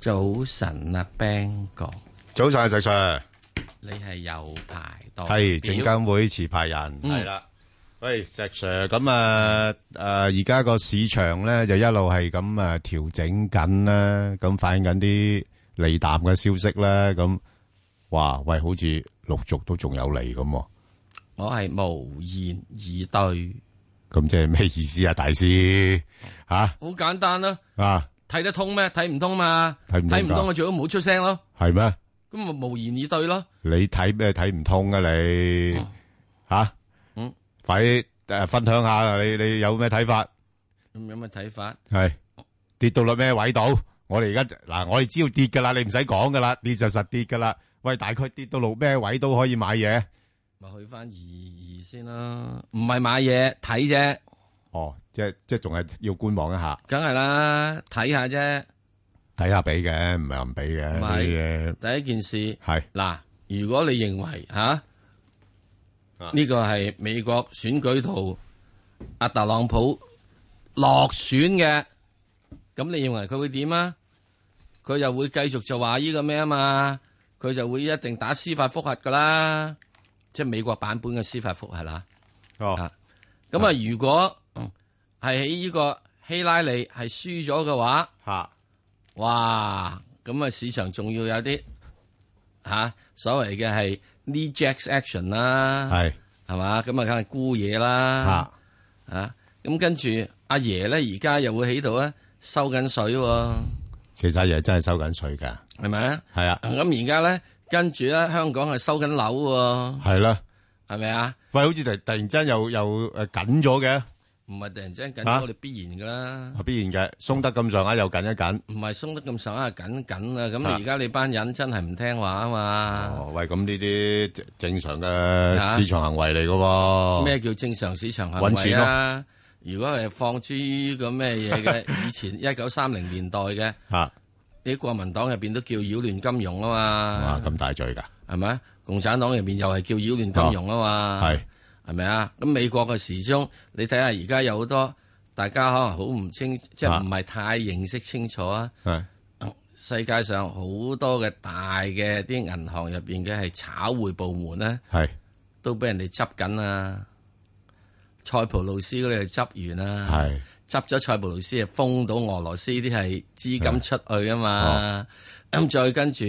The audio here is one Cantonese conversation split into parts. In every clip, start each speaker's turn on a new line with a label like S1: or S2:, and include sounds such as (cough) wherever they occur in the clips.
S1: 早晨啊，Bang 哥，
S2: 早晨啊，石 Sir，
S1: 你係有排多
S2: 係
S1: 表
S2: 證監會持牌人，
S1: 嗯
S2: 係啦。喂，石 Sir，咁啊，誒而家個市場咧就一路係咁啊調整緊啦，咁反映緊啲利淡嘅消息啦，咁哇，喂，好似陸續都仲有嚟咁喎，
S1: 我係無言以對，
S2: 咁即係咩意思啊，大師吓
S1: 好簡單啦、
S2: 啊，
S1: 睇得通咩？睇唔通嘛？
S2: 睇唔通㗎
S1: 睇唔通，我最好唔好出聲咯。
S2: 係咩？
S1: 咁咪無言以對咯。
S2: 你睇咩睇唔通啊你吓？
S1: 嗯
S2: 快啲誒分享下啦，你你有咩睇法？
S1: 咁有咩睇法？
S2: 系跌到落咩位度？我哋而家嗱，我哋知道跌噶啦，你唔使講噶啦，跌就實跌噶啦。喂，大概跌到落咩位都可以買嘢。
S1: 咪去翻二二先啦，唔係買嘢睇啫，
S2: 哦，即係即系仲係要觀望一下，
S1: 梗係啦，睇下啫。
S2: 睇下俾嘅，唔係話唔俾嘅
S1: 唔係
S2: 呢
S1: 第一件事
S2: 啲嘢。系
S1: 嗱，如果你認為吓呢、
S2: 啊
S1: 個係美國選舉圖阿特朗普落選嘅，咁你認為佢會點啊？佢就會繼續就話呢個咩啊嘛，佢就會一定打司法覆核噶啦，即係美國版本嘅司法覆核啦。
S2: 哦
S1: 啊，咁啊，如果嗯係喺呢個希拉里係輸咗嘅話，
S2: 吓
S1: 哇！咁啊，市場仲要有啲吓、所謂嘅係 knee jack action 啦，
S2: 係
S1: 係嘛？咁啊，梗係沽嘢啦
S2: 吓
S1: 啊！咁跟住阿爺咧，而家又會喺度咧收緊水喎，
S2: 其實阿爺真係收緊水㗎，
S1: 係咪啊？
S2: 係啊，
S1: 咁而家咧，跟住咧，香港係收緊樓喎，
S2: 係啦。
S1: 係咪啊？
S2: 喂，好似突突然間又又诶紧咗嘅，
S1: 唔係突然之間緊
S2: 啊
S1: 張，我哋必然噶啦，
S2: 必然嘅，鬆得咁上下又緊一緊。
S1: 唔係鬆得咁上下緊緊啦。咁
S2: 啊
S1: 而家你班人真係唔聽話啊嘛！
S2: 哦，喂，咁呢啲正正常
S1: 嚇
S2: 嘅市場行為嚟㗎喎。
S1: 咩叫正常市場行
S2: 哦搵
S1: 為
S2: 錢
S1: 啊？如果係放諸個咩嘢
S2: (laughs)
S1: 嘅，以前一九三零年代嘅
S2: 吓？
S1: 啲國民黨入邊都叫擾亂金融
S2: 哇，
S1: 啊嘛，
S2: 咁大罪㗎。
S1: 係咪啊？共產黨入邊又係叫擾亂金融啊嘛，
S2: 係
S1: 係咪啊？咁美國嘅時鐘，你睇下而家有好多大家可能好唔清，即
S2: 啊
S1: 係唔係太認識清楚啊？
S2: 係
S1: 世界上好多嘅大嘅啲銀行入邊嘅係炒匯部門咧。
S2: 係
S1: 都俾人哋執緊啦。塞浦路斯嗰度執完啊啦，
S2: 係
S1: 執咗塞浦路斯啊，封到俄羅斯啲係資金出去啊
S2: 哦
S1: 嘛。咁、再跟住，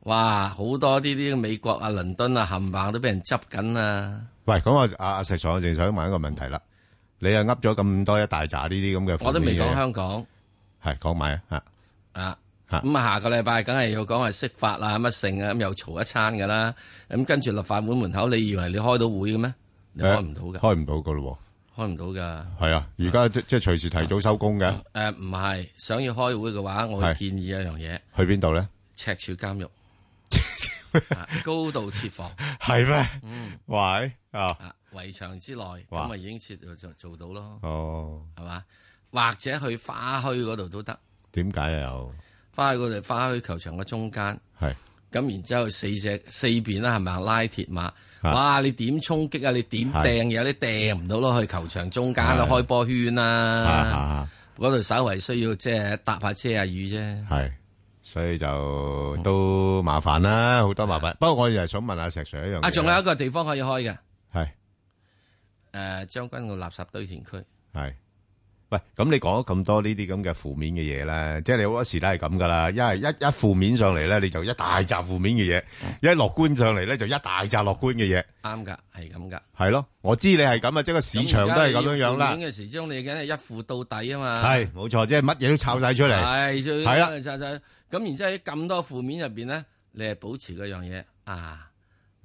S1: 哇，好多呢啲美國啊、倫敦啊、冚唪唥都俾人執緊啊啦。
S2: 喂，咁我阿阿石 Sir，我正想問一個問題啦。你又噏咗咁多一大扎呢啲咁嘅負面嘢，
S1: 我都未講香港
S2: 係講埋啊，
S1: 啊。
S2: 啊
S1: 咁啊，下個禮拜梗係要講係釋法啊、乜剩啊，咁又嘈一餐噶啦。咁跟住立法會門口，你以為你開到會嘅咩？你開唔到㗎，
S2: 開唔到噶咯
S1: 開唔到㗎。
S2: 喎。係啊，而家即即係隨時提早收工嘅，
S1: 誒唔係，想要開會嘅話，我會
S2: 係
S1: 建議一樣嘢。
S2: 去邊度咧？
S1: 赤柱監
S2: (laughs)
S1: 獄，啊高度設防
S2: 係咩？喂啊，
S1: 啊，圍牆之內，咁
S2: 哇
S1: 咪已經設做做到咯，
S2: 哦，
S1: 係嘛？或者去花墟嗰度都得，
S2: 點解啊又
S1: 花墟嗰度花墟球場嘅中間，
S2: 係
S1: 咁然之後四隻四邊啦，係咪啊拉鐵馬？
S2: 啊
S1: 哇！你點衝擊啊？你點
S2: 係
S1: 掟嘢？你掟唔到咯，去球場中間啦，
S2: 係
S1: 開波圈啦，
S2: 啊
S1: 嗰度稍為需要即係搭下遮下雨啫。
S2: 係，所以就都麻煩啦，好多麻煩。不過我又係想問下石 Sir 一樣嘢
S1: 啊，仲有一個地方可以開嘅，
S2: 係
S1: 誒將軍澳垃圾堆填區。
S2: 系，喂，咁你講咗咁多呢啲咁嘅負面嘅嘢咧，即係你好多時都係咁噶啦，一係一一負面上嚟咧，你就一大扎負面嘅嘢；一樂觀上嚟咧，就一大扎樂觀嘅嘢，
S1: 啱噶，係咁噶。
S2: 係咯。我知你係咁啊，即係個市場都係咁樣樣
S1: 咁而家你要
S2: 啦
S1: 負，面嘅時鐘，你梗係一負到底啊嘛。
S2: 係冇錯，即係乜嘢都炒晒出嚟，
S1: 係最
S2: 係啦
S1: 就就咁，然之後喺咁多負面入邊咧，你係保持嗰樣嘢啊。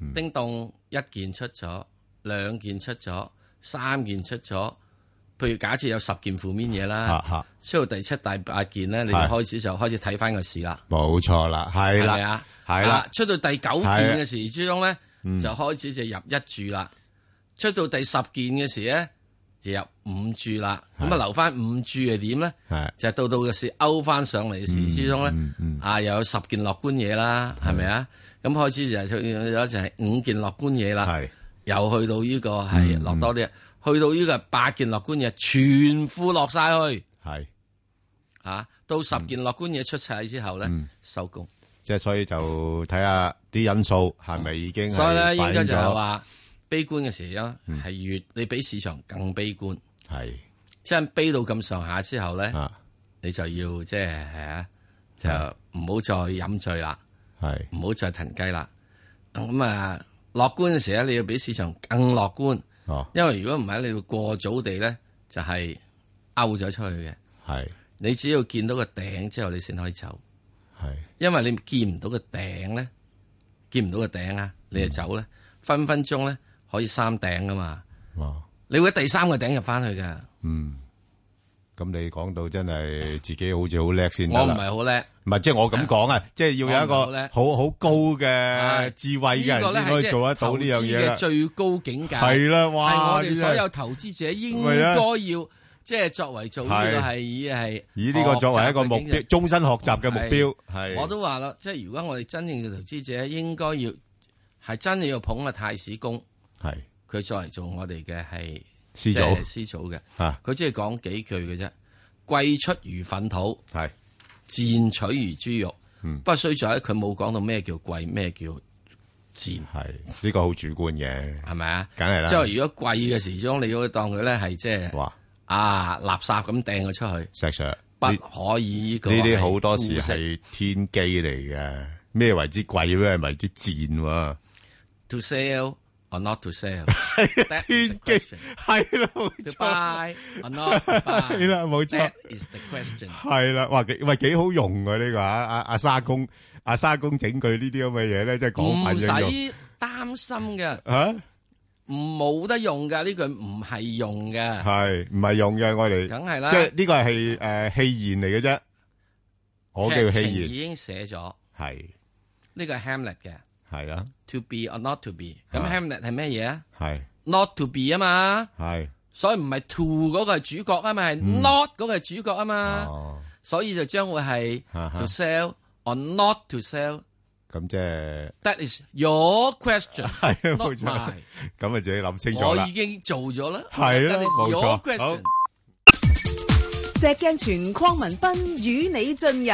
S2: 嗯
S1: 叮咚，一件出咗，兩件出咗，三件出咗。譬如假設有十件負面嘢
S2: 吓
S1: 啦，
S2: 吓，
S1: 出到第七、第八件咧，你就
S2: 啊係
S1: 開始就開始睇翻個市啦，
S2: 冇錯啦，
S1: 係
S2: 係
S1: 咪
S2: 啦，
S1: 啊？
S2: 係啦啊嗯
S1: 啊，出到第九件嘅時之中咧，就開始就入一注啦。出到第十件嘅時咧，就入五注啦。咁啊，
S2: 係
S1: 留翻五注係點咧？
S2: 係
S1: 就係到到嘅市勾翻上嚟嘅時之中
S2: 嗯
S1: 咧，啊又有十件樂觀嘢啦，係咪啊？咁開始就係出現咗就係五件樂觀嘢啦，
S2: 係嗯
S1: 又去到呢個係落多啲，去到呢個係八件樂觀嘢，全副落晒去
S2: 係
S1: 啊！到十件樂觀嘢出晒之後咧，
S2: 嗯
S1: 收工。
S2: 即係所以就睇下啲因素係咪已經係
S1: 所以咧，
S2: 反
S1: 應
S2: 映
S1: 該就係
S2: 咗嗯
S1: 話悲觀嘅時候咧，係越你比市場更悲觀，
S2: 係
S1: 即係悲到咁上下之後咧，
S2: 啊
S1: 你就要即係啊，就唔好再飲醉啦，
S2: 係
S1: 唔好再騰雞啦。咁啊，樂觀嘅時候呢你要比市場更樂觀，
S2: 哦
S1: 因為如果唔係，你會過早地咧就係 out 咗出去嘅。
S2: 係
S1: 你只要見到個頂之後，你先可以走，
S2: 係
S1: 因為你見唔到個頂咧，見唔到個頂啊，你就走咧，分分鐘咧可以三頂噶嘛。
S2: 哇
S1: 你會喺第三個頂入翻去噶。
S2: 嗯咁你講到真係自己好似好叻先得
S1: 我唔
S2: 啦
S1: 係好叻，
S2: 唔係即係我咁講啊，即係要有一
S1: 我唔係好
S2: 個
S1: 叻
S2: 好好高
S1: 啊
S2: 嘅智慧嘅人
S1: 呢個
S2: 先
S1: 咧
S2: 可
S1: 係
S2: 以
S1: 即係
S2: 做得到呢樣
S1: 投
S2: 嘢
S1: 資嘅
S2: 啦。
S1: 最高境界
S2: 係啦，
S1: 係
S2: 哇！
S1: 我
S2: 啊呢啲
S1: 哋
S2: 真
S1: 所
S2: 係
S1: 有投資者應該
S2: 咪啊
S1: 要即係作為做呢個
S2: 係
S1: 係以係
S2: 以呢個作為一個目
S1: 學習嘅經
S2: 標，
S1: 濟。
S2: 終身學習嘅目標係。
S1: 我都話啦，即係如果我哋真正嘅投資者，應該要係真係要捧個太史公，
S2: 係
S1: 佢作為做我哋嘅係
S2: 師
S1: 即係
S2: 祖
S1: 師祖嘅，
S2: 啊，
S1: 佢只係講幾句嘅啫。貴出如糞土，
S2: 係
S1: 賤取如豬肉。
S2: 嗯
S1: 不過衰在佢冇講到咩叫貴，咩叫賤，
S2: 係呢個好主觀嘅，
S1: 係咪啊？
S2: 梗係啦。
S1: 即係如果貴嘅時鐘，你要當佢咧係即係
S2: 哇，
S1: 啊垃圾咁掟佢出去，
S2: 石 Sir
S1: 不
S2: 呢
S1: 可以呢個
S2: 呢啲
S1: 係
S2: 好多時
S1: 污衊
S2: 係天機嚟嘅，咩為之貴，咩為之賤喎？
S1: to sell or not to sell
S2: 係
S1: That
S2: 天
S1: is the
S2: 機
S1: question.
S2: 係啦，冇
S1: to
S2: 錯
S1: buy or
S2: (laughs)
S1: not to buy
S2: 係啦冇錯
S1: That is the question。
S2: 係啦，哇，幾-喂，幾好用㗎呢個啊，啊-啊，沙公-
S1: 唔
S2: 啊，沙公整佢呢啲咁嘅嘢呢，真係廣泛應用。
S1: 使擔心嘅，唔冇得用嘅呢句唔係用嘅，
S2: 吓？係，唔係用嘅，我哋-
S1: 梗係啦。
S2: 即係呢個係，誒，戲言嚟嘅啫。我叫戲言。
S1: 劇情已經寫咗呢個係 Hamlet 嘅 to be or not to be。咁
S2: 啊
S1: Hamlet 係咩嘢啊
S2: 係，係啦，係，係，係，
S1: ？not to be 啊嘛。所以唔係 to 嗰個係主角啊嘛，係 not 嗰個係主角啊嘛，所以就將會係
S2: 啊哈
S1: to sell or not to sell。
S2: 哦，咁即係- (laughs)
S1: That is your question,
S2: 係啊，
S1: not
S2: 冇錯。
S1: mine。我
S2: 咁啊，自己諗清楚啦。
S1: 已經做咗啦。
S2: 係啦
S1: That is
S2: 冇
S1: your
S2: 錯
S1: question
S2: 好
S3: 石镜全框文斌与你进入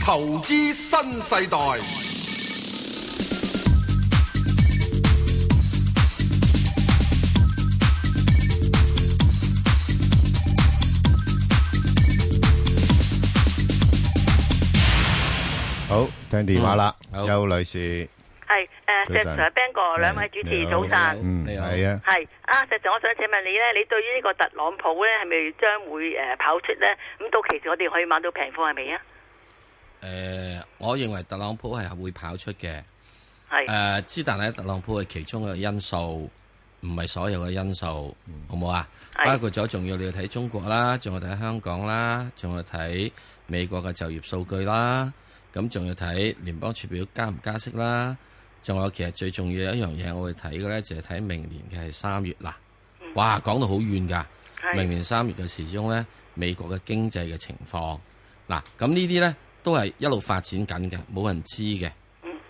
S4: 投資新世代，
S2: 好，聽電話啦，
S1: 嗯，好。
S2: 邱女士，嗯，
S5: 系诶，
S2: 早
S5: 石
S2: 晨
S5: Sir、Ben 哥，兩位主持
S2: 你好
S5: 早晨。
S1: 你好。
S2: 係啊，
S5: 係啊，石 Sir，我想請問你咧，你對於呢個特朗普咧，係咪將會诶跑出咧？咁到期時我哋可以買到平貨係咪啊？
S1: 誒，我認為特朗普係會跑出嘅。
S5: 係
S1: 誒，之但係特朗普係其中嘅因素，唔係所有嘅因素，
S2: 嗯
S1: 好冇啊？
S5: 係
S1: 包括咗仲要你要睇中國啦，仲要睇香港啦，仲要睇美國嘅就業數據啦，咁仲要睇聯邦儲備局加唔加息啦，仲有其實最重要一樣嘢，我會睇嘅咧就係睇明年嘅係三月嗱，哇講到好遠㗎，明
S5: 係
S1: 年三月嘅時鐘咧，美國嘅經濟嘅情況嗱，咁呢啲咧都係一路發展緊嘅，冇人知嘅。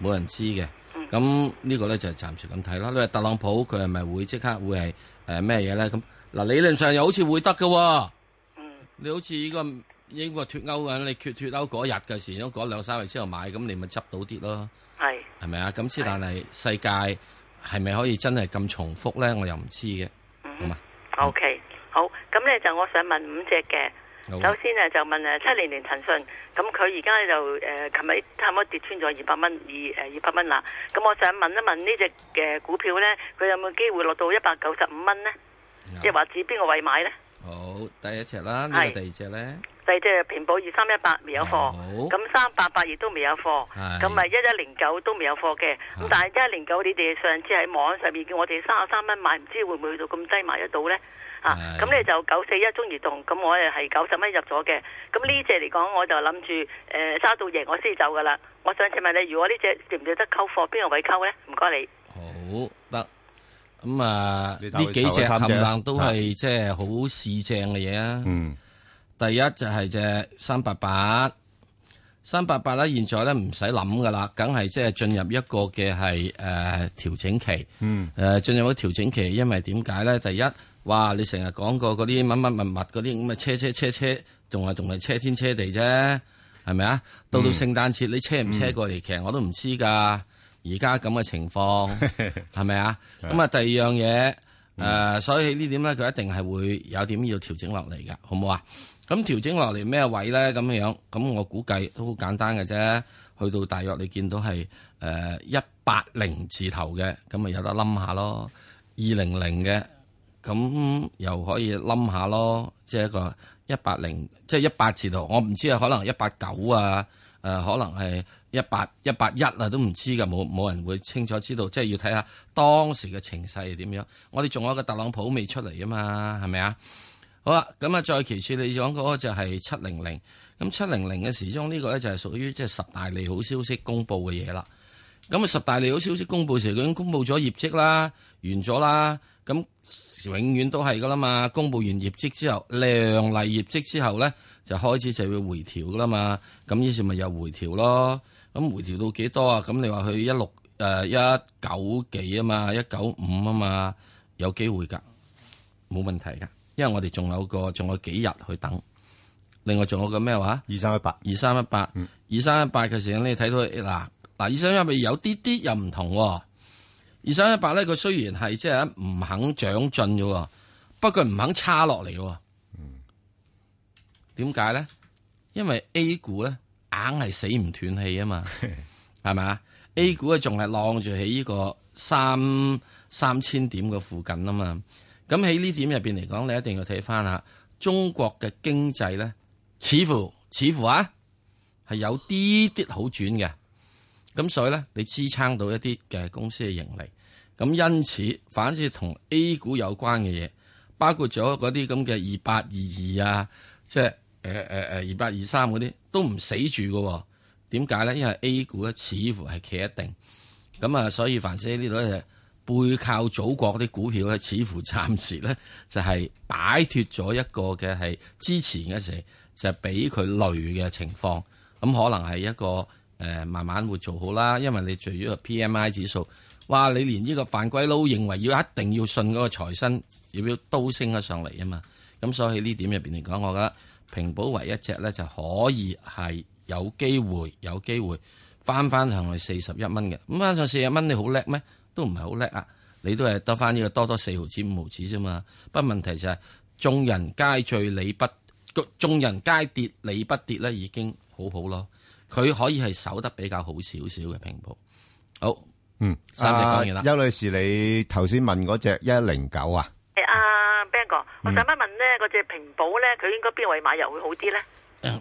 S1: 冇人知嘅。咁呢個咧就暫時咁睇啦。你話特朗普佢係咪會即刻會係誒咩嘢咧？咁嗱理論上又好似會得嘅喎。你好似呢個英國脱歐啊，你決脱歐嗰日嘅時，如果嗰兩三日之後買，咁你咪執到啲咯，
S5: 係
S1: 係咪啊？咁之但係世界係咪可以真係咁重複咧？我又唔知嘅，好嘛？
S5: ，OK，好。咁咧就我想問五隻嘅。
S1: 好
S5: 首先咧就問誒七零零騰訊，咁佢而家就誒琴日差唔多跌穿咗二百蚊，二誒二百蚊啦。咁我想問一問呢只嘅股票咧，佢有冇機會落到一百九十五蚊咧？即係話指邊個位買咧？
S1: 好，第一隻啦，呢個
S5: 係
S1: 第二隻咧，
S5: 第二隻平保二三一八未有貨
S1: 好，
S5: 咁三八八亦都未有貨，
S1: 係
S5: 咁啊一一零九都未有貨嘅。
S1: 係
S5: 咁但係一零九你哋上次喺網上面叫我哋三十三蚊買，唔知會唔會去到咁低買得到呢？啊，
S1: 係
S5: 咁你就九四一中移動，咁我誒係九十蚊入咗嘅。咁呢只嚟講，我就諗住誒揸到贏我先走噶啦。我想請問你，如果呢只值唔值得溝貨，邊個位溝呢？唔該你。
S1: 好得。咁啊，
S2: 你
S1: 呢
S2: 頭
S1: 幾隻
S2: 頭嗰
S1: 冚
S2: 三隻啊
S1: 唪唥都係即係好市正嘅嘢啊。第一就係只三八八，三八八咧，現在咧唔使諗噶啦，梗係即係進入一個嘅係誒調整期。嗯，誒、進入咗調整期，因為點解咧？第一哇！你成日講過嗰啲乜乜物物嗰啲咁嘅車車車車，仲係仲係車天車地啫，係咪啊？到到聖誕節你車唔車過嚟，其實我都唔知㗎。而家咁嘅情況係咪啊？咁啊，第二樣嘢誒、呃所以呢點咧，佢一定係會有點要調整落嚟㗎，好唔好啊？咁調整落嚟咩位咧？咁樣咁我估計都好簡單嘅啫，去到大約你見到係誒一八零字頭嘅，咁咪有得冧下咯。二零零嘅，咁又可以冧下咯，即係一個一八零，即係一八字頭，我唔知啊，可能一八九啊，誒、可能係一八一八一啊，都唔知㗎，冇冇人會清楚知道，即係要睇下當時嘅情勢係點樣。我哋仲有一個特朗普未出嚟啊嘛，係咪啊？好啦，咁啊，再其次你講嗰個就係七零零，咁七零零嘅時鐘呢個咧就係屬於即係十大利好消息公布嘅嘢啦。咁啊，十大利好消息公布時，佢已經公布咗業績啦，完咗啦，咁永遠都係噶啦嘛。公布完業績之後，亮麗業績之後咧，就開始就會回調噶啦嘛。咁於是咪又回調咯。咁回調到幾多啊？咁你話去一六誒一九幾啊嘛，一九五啊嘛，有機會㗎，冇問題㗎。因為我哋仲有個仲有幾日去等。另外仲有個咩話？
S2: 二三一八，
S1: 二三一八，二三一八嘅時候你睇到誒嗱嗱二三一八有啲啲又唔同喎。二三一八咧，佢雖然係即係唔肯長進嘅喎，不過佢唔肯差落嚟喎。點解咧？因為 A 股咧硬係死唔斷氣啊嘛，係咪啊？A 股啊仲係晾住喺呢個三三千點嘅附近啊嘛。咁喺呢點入邊嚟講，你一定要睇翻下中國嘅經濟咧，似乎似乎啊係有啲啲好轉嘅。咁所以咧，你支撐到一啲嘅公司嘅盈利。咁因此，凡是同 A 股有關嘅嘢，包括咗嗰啲咁嘅二八二二啊，即係誒誒誒二八二三嗰啲，都唔死住嘅喎。點解咧？因為 A 股咧似乎係企一定。咁啊，所以凡是呢度咧，背靠祖國啲股票咧，似乎暫時咧就係擺脱咗一個嘅係之前嘅時就係俾佢累嘅情況，咁可能係一個誒、呃慢慢會做好啦，因為你除咗個 P M I 指數，哇！你連呢個犯規佬認為要一定要信嗰個財新，要要都升咗上嚟啊嘛，咁所以呢點入邊嚟講，我覺得平保為一隻咧就可以係有機會有機會。翻翻上去四十一蚊嘅，咁翻上四十蚊你好叻咩？都唔係好叻啊！你都係得翻呢個多多四毫子五毫子啫嘛。不過問題就係、眾人皆醉你不，眾人皆跌你不跌咧，已經好好咯。佢可以係守得比較好少少嘅平保。好， (coughs)
S2: 嗯，
S1: 三隻講完啦
S2: 啊邱女士，你頭先問嗰只一零九啊，
S5: 誒阿 Ben
S1: 嗯
S5: 哥，我想問一問咧，嗰只平保咧，佢應該邊位買入會好啲咧？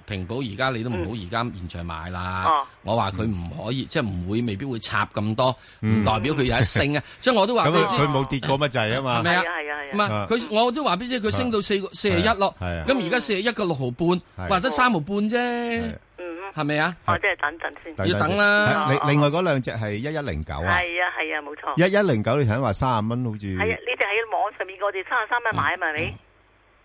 S1: 平保而家你都唔好而家現場買啦。
S5: 哦
S1: 我話佢唔可以，即係唔會，未必會插咁多，唔代表佢有一升
S2: (laughs)
S1: 啊。即係我都話
S2: 嗯咁
S1: 俾你知
S2: 佢冇跌過乜滯啊嘛
S1: 係，咪啊？
S5: 係啊係啊係啊
S1: 唔係佢，我都話俾你知，佢升到四個四十一咯。
S2: 係啊
S1: 咁而家四十一個六毫半，
S2: 係啊
S1: 或者三毫半啫
S2: 係，
S5: 嗯，
S1: 係咪啊？
S5: 我真係等陣先。
S1: 要等啦
S2: 另另外嗰兩隻係一一零九啊，
S5: 係啊係啊，冇錯。
S2: 一一零九你睇話三十蚊好似
S5: 係啊，呢只喺網上面我哋三十
S2: 嗯
S5: 三蚊買啊嘛，係咪？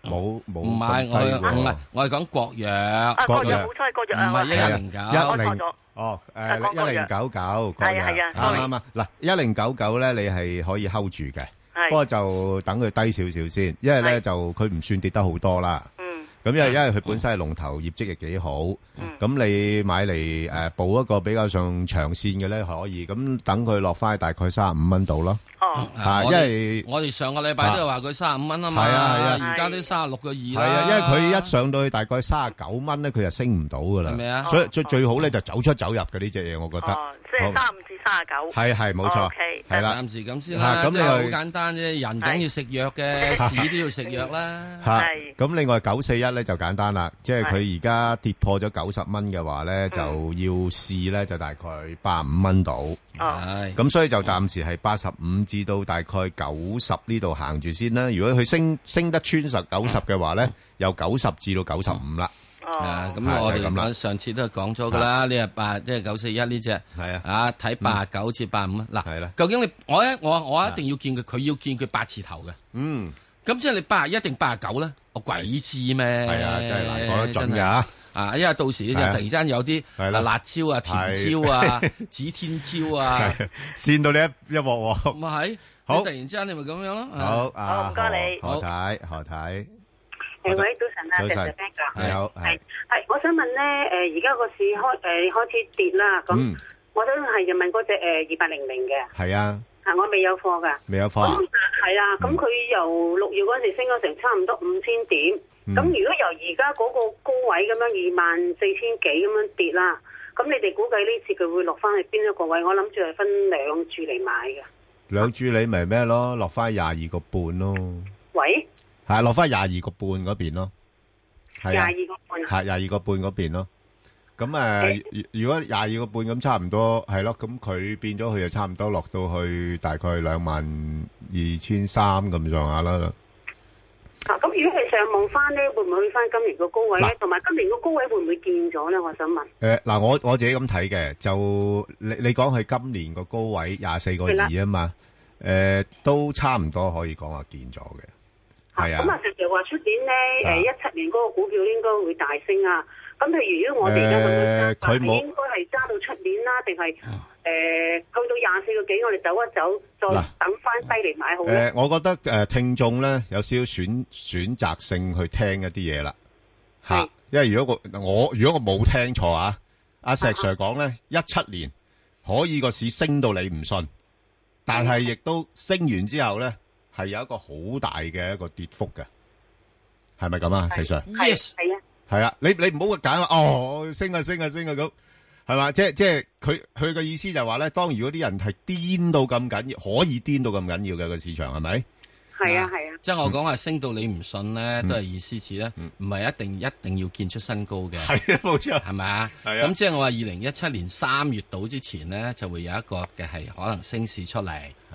S2: 冇冇
S1: 唔係，我
S2: 咁低喎
S1: 唔係，我係講國藥
S5: 啊，
S2: 國
S5: 國藥
S2: 藥
S5: 冇錯，國藥
S1: 唔
S5: 啊，
S1: 係
S5: 我
S1: 一
S5: 係
S2: 係
S5: 啊
S2: 啊
S1: 零九
S2: 一零
S5: 我錯咗
S2: 哦，誒
S5: 係講國藥
S2: 1099
S5: 係啊
S2: 國藥
S5: 係啊
S2: 啱
S5: sorry
S2: 啱啊嗱1099咧，你係可以hold住嘅，
S5: 係。
S2: 不過就等佢低少少先，因為咧，
S5: 係。
S2: 就佢唔算跌得好多啦。咁因為-
S5: 嗯，
S2: 因為佢本身係龍頭，業績亦幾好，
S5: 嗯。
S2: 咁你買嚟，誒，補一個比較上長線嘅咧，可以，咁等佢落返去大概35蚊度咯。
S5: 哦，
S2: 啊
S1: 我哋
S2: 因為
S1: 我哋上個禮拜都係話佢三十五蚊啊嘛，
S2: 係啊係
S5: 啊
S1: 而家都三十六個二啦。
S2: 係啊，因為佢一上到去大概39蚊咧，佢就升唔到㗎啦。
S1: 係咪啊？
S2: 所以-最-最好咧就走出走入嘅呢隻嘢，我覺得。
S5: 哦，即係三十五至三十九。
S2: 係，係，冇錯，
S5: OK，
S2: 係啦。
S1: 暫時咁先
S2: 啊
S1: 啦，
S2: 咁
S1: 即
S2: 你
S1: 係好
S2: 去
S1: 簡單啫。人梗要食藥嘅，屎都要食藥
S2: (laughs)
S1: 啦。
S2: 吓，
S5: 係。
S2: 咁另外941咧就簡單啦，即係
S5: 係。
S2: 佢而家跌破咗90蚊嘅話咧，就要試咧就大概85蚊度。咁
S5: 哦，
S1: 係
S2: 所以就暫時係85至到大概90呢度行住先啦。如果佢升-升得穿實90嘅話咧，由90至到95啦。
S5: 哦
S1: 啊，，
S2: 係
S1: 咁我
S2: 就係
S1: 哋
S2: 咁啦啊
S1: 講上次都係講咗噶啦，呢係八即係九四一呢只，
S2: 係啊
S1: 啊睇八九至八五啊，
S2: 係啦
S1: 嗱，究竟你我咧我我一定要見佢，佢要見佢八字頭嘅，咁即係你八一定八九咧，我鬼知咩？
S2: 係啊，真係難講得準㗎，
S1: 真係啊，因為到時呢就
S2: 係啊
S1: 突然之間有啲
S2: 係啦
S1: 辣椒
S2: (laughs)
S1: 啊、甜椒啊、指天椒啊，
S2: 嚇。係，跣到你一-一鑊鑊。
S1: 咁係
S2: 好
S1: 你突然之間你咪咁樣咯。
S2: 好啊，
S5: 好唔該你
S2: 何何太何太，
S6: 誒，喂，早晨啊，
S2: 早
S6: 石
S2: 晨
S6: Sir Ben 哥，
S2: 你好，
S6: 係
S2: 係
S6: 係，我想問咧，誒，而家個市開誒開始跌啦，
S2: 嗯
S6: 咁我想係就問嗰只誒二八零零嘅，
S2: 係啊，
S6: 啊，我未有貨㗎，
S2: 未有貨啊
S6: 咁，係啊，咁
S2: 嗯
S6: 佢由六月嗰陣時升咗成差唔多五千點，
S2: 嗯
S6: 咁如果由而家嗰個高位咁樣二萬四千幾咁樣跌啦，咁你哋估計呢次佢會落翻去邊一個位？我諗住係分兩注嚟買嘅，
S2: 兩注你咪咩咯，落翻廿二個半咯，
S6: 喂，
S2: 係落翻廿二個半嗰邊咯，係
S6: 廿
S2: 啊
S6: 二。個半啊，
S2: 係廿二個半嗰邊咯。咁誒、
S6: 誒
S2: 如如果廿二個半咁差唔多係咯，咁佢變咗佢就差唔多落到去大概兩萬二千三咁上下啦。
S6: 啊咁如果係上望翻咧，會唔會去翻今年個高位咧
S2: 嗱？
S6: 同埋今年個高位會唔會見咗咧？我想問。
S2: 誒嗱、我我自己咁睇嘅，就你你講佢今年個高位廿四個
S6: 係啦
S2: 二啊嘛，誒、都差唔多可以講話見咗嘅，係
S6: 咁
S2: 啊
S6: 啊，。成日話出年
S2: 啊
S6: 咧，誒一七年嗰個股票應該會大升啊。咁譬如如果我哋而家咁樣
S2: 誒佢
S6: 揸，
S2: 冇啊
S6: 係應該係揸到出年啦，定係誒去到廿四個幾，我哋走一走，
S2: 嗱
S6: 再等翻低嚟買好
S2: 誒、
S6: 咧？
S2: 我覺得誒、呃聽眾咧有少少選選擇性去聽一啲嘢啦，吓、
S6: 係
S2: 因為如果我我如果我冇聽錯啊，阿石 Sir 講咧，一七年可以個市升到你唔信，但係亦都升完之後咧係有一個好大嘅一個跌幅嘅，係咪咁啊，石 Sir？
S1: 係 yes，
S6: 係啊，
S2: 系啊，你你唔好拣话哦，升啊升啊升啊咁，系嘛？即系即系佢佢嘅意思就係話咧，當如果啲人係癲到咁緊要，可以癲到咁緊要嘅個市場係咪？
S6: 係啊，係啊，
S1: 即係我講話升到你唔信咧，
S2: 嗯
S1: 都係意思指咧，唔係一定一定要見出新高嘅，
S2: 係啊，冇錯，
S1: 係咪啊？
S2: 係啊
S1: 咁即係我話二零一七年三月到之前咧，就會有一個嘅係可能升市出嚟，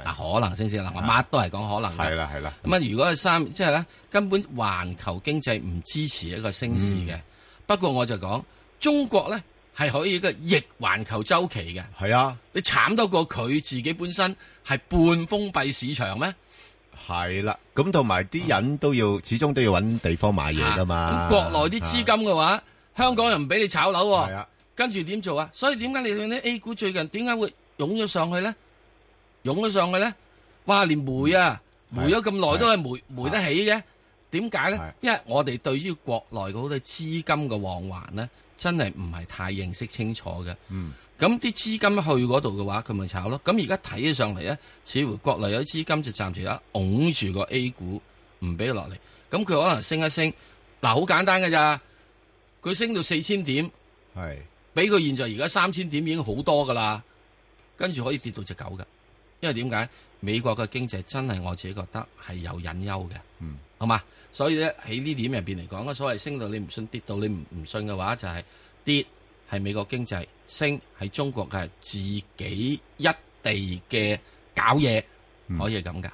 S1: 啊可能升市啦，我乜都係講可能
S2: 係
S1: 嘅。
S2: 啦係啦，
S1: 咁啊，如果係三，即係咧，根本環球經濟唔支持一個升市
S2: 嗯
S1: 嘅。不過我就講中國咧係可以一個逆環球周期嘅，
S2: 係啊，
S1: 你慘得過佢自己本身係半封閉市場咩？
S2: 係啦。咁同埋啲人都要，始終都要揾地方買嘢噶嘛。
S1: 啊
S2: 啊
S1: 咁國內啲資金嘅話，香港人唔俾你炒樓
S2: 係
S1: 喎，
S2: 啊，
S1: 跟住點做啊？所以點解你哋啲 A 股最近點解會湧咗上去咧？湧咗上去咧，哇！連煤啊，
S2: 嗯
S1: 煤咗咁耐都係煤煤
S2: 係
S1: 得起嘅。點解
S2: 係
S1: 咧？因為我哋對於國內嘅好多資金嘅往環咧，真係唔係太認識清楚嘅。
S2: 嗯，
S1: 咁啲資金去嗰度嘅話，佢咪炒咯。咁而家睇起上嚟咧，似乎國內有啲資金就暫時咧拱住個 A 股唔俾佢落嚟。咁佢可能升一升，嗱好簡單㗎咋，佢升到四千點，
S2: 係
S1: 比佢現在而家三千點已經好多噶啦，跟住可以跌到只狗噶。因為點解美國嘅經濟真係我自己覺得係有隱憂嘅，
S2: 嗯，
S1: 好嘛？所以咧喺呢點入邊嚟講，所謂升到你唔信，跌到你唔唔信嘅話，就係、跌係美國經濟，升係中國嘅係自己一地嘅搞嘢，
S2: 嗯
S1: 可以係咁噶。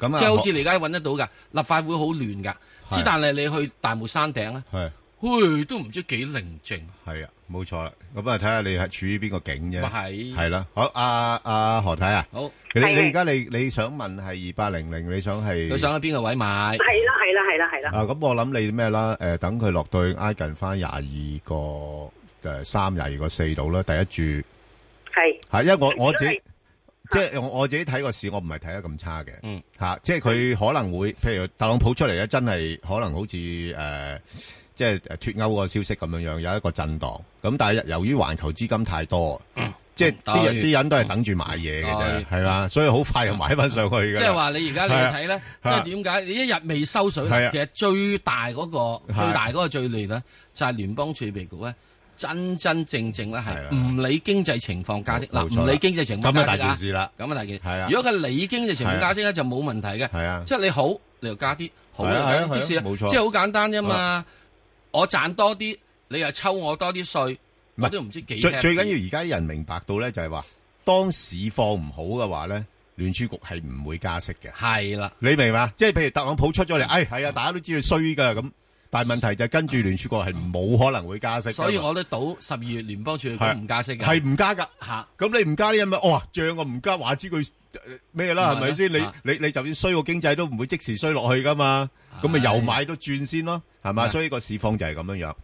S2: 咁啊，
S1: 即係好似你而家揾得到噶，立法會好亂噶，
S2: 係
S1: 之但係你去大帽山頂咧，
S2: 係
S1: 嘿都唔知幾寧靜，
S2: 係啊，冇錯啦。咁啊，睇下你係處於邊個境啫
S1: 咪。係
S2: 係啦，好，阿阿何太啊。
S1: 好。
S2: 你
S6: 係
S2: 你而家你你想問係2800你想係
S1: 佢想喺邊個位買？
S6: 係啦，係啦，係啦，係啦。
S2: 啊咁我諗你咩啦？誒等佢落到去挨近翻廿二個誒三廿二個四度啦，第一注
S6: 係
S2: 係因啊為我
S6: 如果
S2: 我自己
S6: 係
S2: 即係我我自己睇個市，我唔係睇得咁差嘅。
S1: 嗯，
S2: 嚇，即係佢可能會譬如特朗普出嚟咧，真係可能好似誒。即係誒脱歐個消息咁樣樣，有一個震盪。咁但係由於環球資金太多，啊
S1: 嗯
S2: 即係啲人
S1: 對
S2: 啲人都係等住買嘢嘅啫，
S1: 對
S2: 係嘛，所以好快又買翻上去嘅。
S1: 嗯即係話你而家你去睇咧，即
S2: 係啊
S1: 係點解你一日未收水
S2: 係啊？
S1: 其實最大嗰個
S2: 係啊
S1: 最大嗰個最亂咧，就係聯邦儲備局咧。真真正正咧
S2: 係啊
S1: 係唔理經濟情況加息，嗱
S2: 冇錯啦
S1: 唔理經濟情況
S2: 咁
S1: 加
S2: 啊大
S1: 息啊
S2: 件，事啦，
S1: 咁啊大件事
S2: 係啊啊
S1: 如果佢理經濟情況加息咧就冇問題
S2: 係
S1: 嘅，
S2: 啊。
S1: 即係你好你就加啲，好你就
S2: 係
S1: 加
S2: 啊係啊
S1: 啲，即使
S2: 係啊冇錯
S1: 即係好簡單啫嘛。我賺多啲，你又抽我多啲税，
S2: 唔係
S1: 我都唔知幾
S2: 最
S1: happy
S2: 最緊要而家啲人明白到咧，就係話當市況唔好嘅話咧，聯儲局係唔會加息嘅。
S1: 係啦。
S2: 你明嘛？即係譬如特朗普出咗嚟，哎係啊，大家都知道衰噶咁，但係問題就係跟住聯儲局係冇可能會加息㗎嘛。
S1: 所以我都賭十二月聯邦儲備
S2: 係
S1: 局唔加息嘅，
S2: 係唔加噶。
S1: 嚇。
S2: 咁你唔加呢啲咪哦漲我唔加，話知佢呃咩啦，係
S1: 咁咪
S2: 咪先？你
S1: 啊
S2: 你你就算衰個經濟都唔會即時衰落去噶嘛。咁咪
S1: 係
S2: 又買都轉先咯，係嘛？
S1: 係
S2: 所以個市況就係咁樣樣。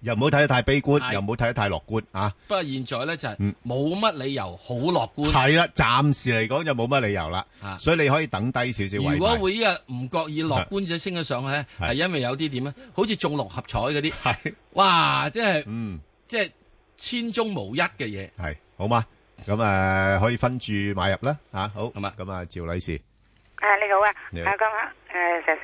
S2: 又唔好睇得太悲觀，
S1: 係
S2: 又唔好睇得太樂觀啊！
S1: 不過現在咧就係
S2: 嗯
S1: 冇乜理由好樂觀。
S2: 係啦，暫時嚟講就冇乜理由啦
S1: 啊，
S2: 所以你可以等低少少位
S1: 如
S2: 買。
S1: 果會啊唔覺意樂觀者升咗上去咧，
S2: 係
S1: 係因為有啲點咧，好似中六合彩嗰啲，
S2: 係，
S1: 哇！即係
S2: 嗯，
S1: 即係千中無一嘅嘢。
S2: 係好嘛？咁誒可以分住買入啦，啊好，
S1: 好嘛
S2: 咁啊趙女士
S7: 啊，你好啊，
S2: 你好
S7: 啊咁啊，誒石
S2: 係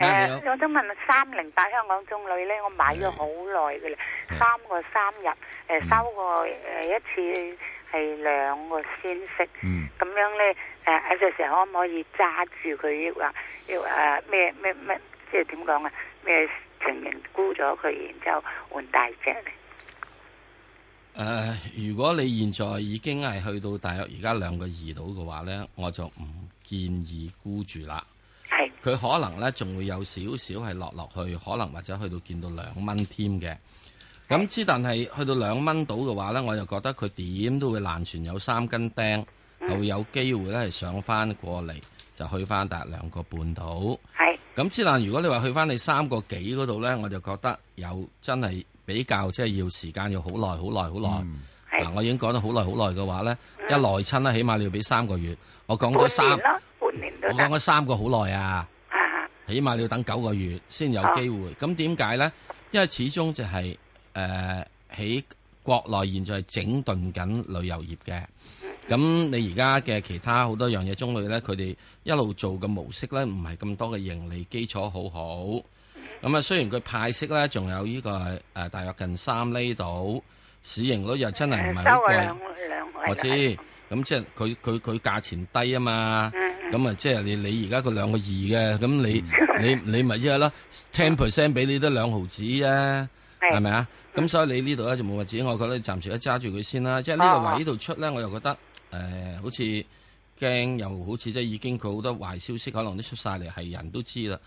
S7: Sir，
S1: 啊你好
S7: 誒，我想問三零八香港中旅咧，我買咗好耐嘅啦，
S2: 係
S7: 三個三日，誒收過誒呃一次係兩個先呃息，
S2: 嗯
S7: 咁樣咧，誒阿石 Sir 可唔可以揸住佢，抑或抑或誒咩咩咩，即係點講啊？咩情形沽咗佢，然之後換大隻咧？
S1: 誒、如果你現在已經係去到大約而家兩個二度嘅話咧，我就唔建議沽住啦。
S7: 係
S1: 佢可能咧仲會有少少係落落去，可能或者去到見到兩蚊添嘅。咁之但係去到兩蚊到嘅話咧，我就覺得佢點都會爛船有三根釘，
S7: 嗯
S1: 係會有機會咧係上翻過嚟，就去翻達兩個半到。
S7: 係
S1: 咁之但如果你話去翻你三個幾嗰度咧，我就覺得有真係比較即係要時間要好耐好耐好耐。嗱，
S7: 係嗯
S1: 我已經講得好耐好耐嘅話咧，一來親咧，起碼你要俾三個月。我講咗三
S7: 半，年咯，半年都
S1: 我
S7: 得
S1: 講咗三個好
S7: (laughs)
S1: 耐啊，
S7: 啊，
S1: 起碼你要等九個月先有機會。咁點解咧？因為始終就係誒喺國內現在係整頓緊旅遊業嘅。
S7: 嗯
S1: 咁你而家嘅其他好多樣嘢中類咧，佢哋一路做嘅模式咧，唔係咁多嘅盈利基礎好好。咁啊，雖然佢派息咧，仲有呢、個誒、呃大約近三厘度，市盈率又真係唔係好
S7: 收過
S1: 貴。
S7: 兩兩個禮拜
S1: 我知，咁即係佢佢佢價錢低啊嘛，
S7: 嗯
S1: 咁啊即係你你而家佢兩個二嘅，咁你
S7: (laughs)
S1: 你你咪即係咯，ten percent 俾你都兩毫子啊，
S7: 係嗯
S1: 係咪啊？咁所以你呢度咧就冇乜子，我覺得你暫時都揸住佢先啦。即係呢個
S7: 哦
S1: 位呢度出咧，我又覺得誒、呃好似驚，又好似即係已經佢好多壞消息可能都出晒嚟，係人都知啦。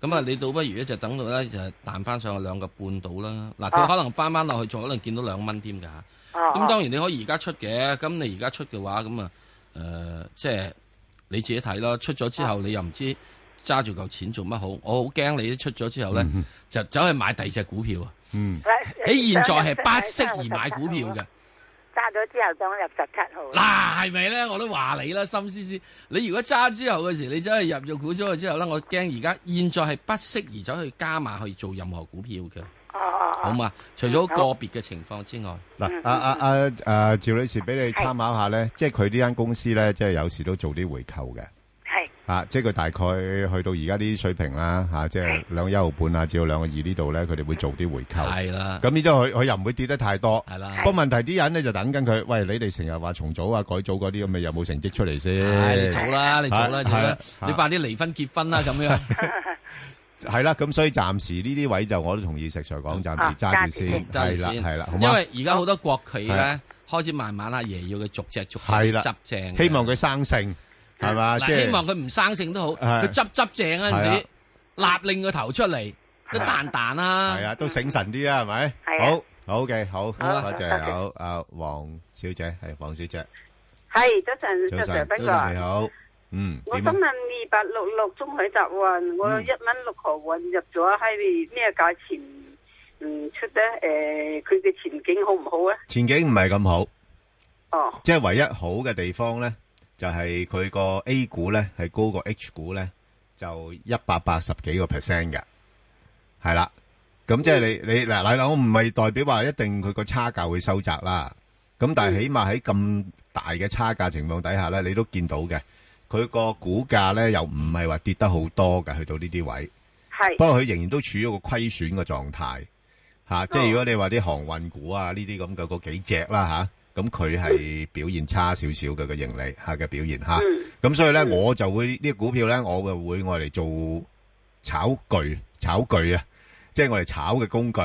S1: 咁
S7: 嗯
S1: 啊，你倒不如咧就等到咧就彈翻上去兩個半到啦。嗱，佢
S7: 哦
S1: 可能翻翻落去，仲可能見到兩蚊添㗎。
S7: 哦
S1: 咁當然你可以而家出嘅，咁你而家出嘅話，咁啊，誒、即係你自己睇咯。出咗之後，你又唔知揸住嚿錢做乜好。我好驚你出咗之後咧，就走去買第二隻股票啊！
S2: 嗯
S1: 喺現在係不適宜買股票嘅。
S7: 揸咗之後想入十七號。
S1: (laughs) 嗱，係咪咧？我都話你啦，心思思。你如果揸之後嘅時，你走去入咗股咗去之後咧，我驚而家現在係不適宜走去加碼去做任何股票嘅，
S7: 哦哦
S1: 好
S7: 哦，
S1: 嘛？除咗
S7: 好
S1: 個別嘅情況之外。
S2: 嗱，啊阿阿阿阿呃趙女士俾你參考下咧，即係佢呢間公司咧，即係有時都做啲回購嘅。
S7: 係
S2: 啊，即係佢大概去到而家呢啲水平啦，吓、即係兩一毫半啊，至到兩個二呢度咧，佢哋會做啲回購。
S1: 係啦，
S2: 咁呢啲佢佢又唔會跌得太多。
S1: 係啦。
S2: 不過問題啲人咧就等緊佢，喂，你哋成日話重組啊、改組嗰啲咁，咪有冇成績出嚟先？
S1: 唉，你早啦，你早
S2: 係
S1: 啦，早啦，
S2: 係
S1: 你快啲離婚結婚啦，咁
S2: (laughs)
S1: 樣
S2: 係啦，咁所以暫時呢啲位就我都同意石 Sir 講，暫時嗯啊揸住先，
S1: 揸
S2: 係
S1: 住
S2: 啦，
S1: 先，
S2: 係啦，好
S1: 因
S2: 嘛？
S1: 為而家好多國企
S2: 係
S1: 咧，開始慢慢阿爺要佢逐隻逐隻
S2: 係啦
S1: 執正嘅，
S2: 希望佢生性係嘛，
S1: 嗱
S2: 即係
S1: 希望佢唔生性都好，
S2: 係
S1: 佢執執正嗰陣
S2: 係啊
S1: 時，立令個頭出嚟都彈彈啦
S2: 係。啊，都醒神啲啦，係咪？
S7: 係啊
S2: 好，好嘅，好，
S1: 好啊
S2: 多謝，好，阿黃小姐係黃小姐，
S6: 係早晨，
S2: 早晨，
S6: 不
S1: 早晨
S2: 你好，嗯，
S6: 我
S2: 點
S6: 想
S2: 啊嗯
S6: 問二八六六中海集運，我一蚊六毫運入咗，喺咩價錢唔出咧？誒、佢嘅前景好唔好啊？
S2: 前景唔係咁好，
S6: 哦，
S2: 即係唯一好嘅地方咧，就係佢個 A 股咧係高過 H 股咧，就一百八十幾個 percent 嘅，係啦。咁即係
S6: 嗯
S2: 你你嗱嗱，我唔係代表話一定佢個差價會收窄啦。咁但
S6: 嗯
S2: 係起碼喺咁大嘅差價情況底下咧，你都見到嘅，佢個股價咧又唔係話跌得好多嘅，去到呢啲位。
S6: 係
S2: 不過佢仍然都處於一個虧損嘅狀態嚇，
S6: 哦
S2: 即係如果你話啲航運股啊呢啲咁嘅嗰幾隻啦嚇，咁佢係表現差少少嘅個盈利嚇嘅表現嚇，
S6: 嗯
S2: 咁、所以咧、我就會呢、個股票咧，我就會我嚟做炒具炒具啊，即係我嚟炒嘅工具。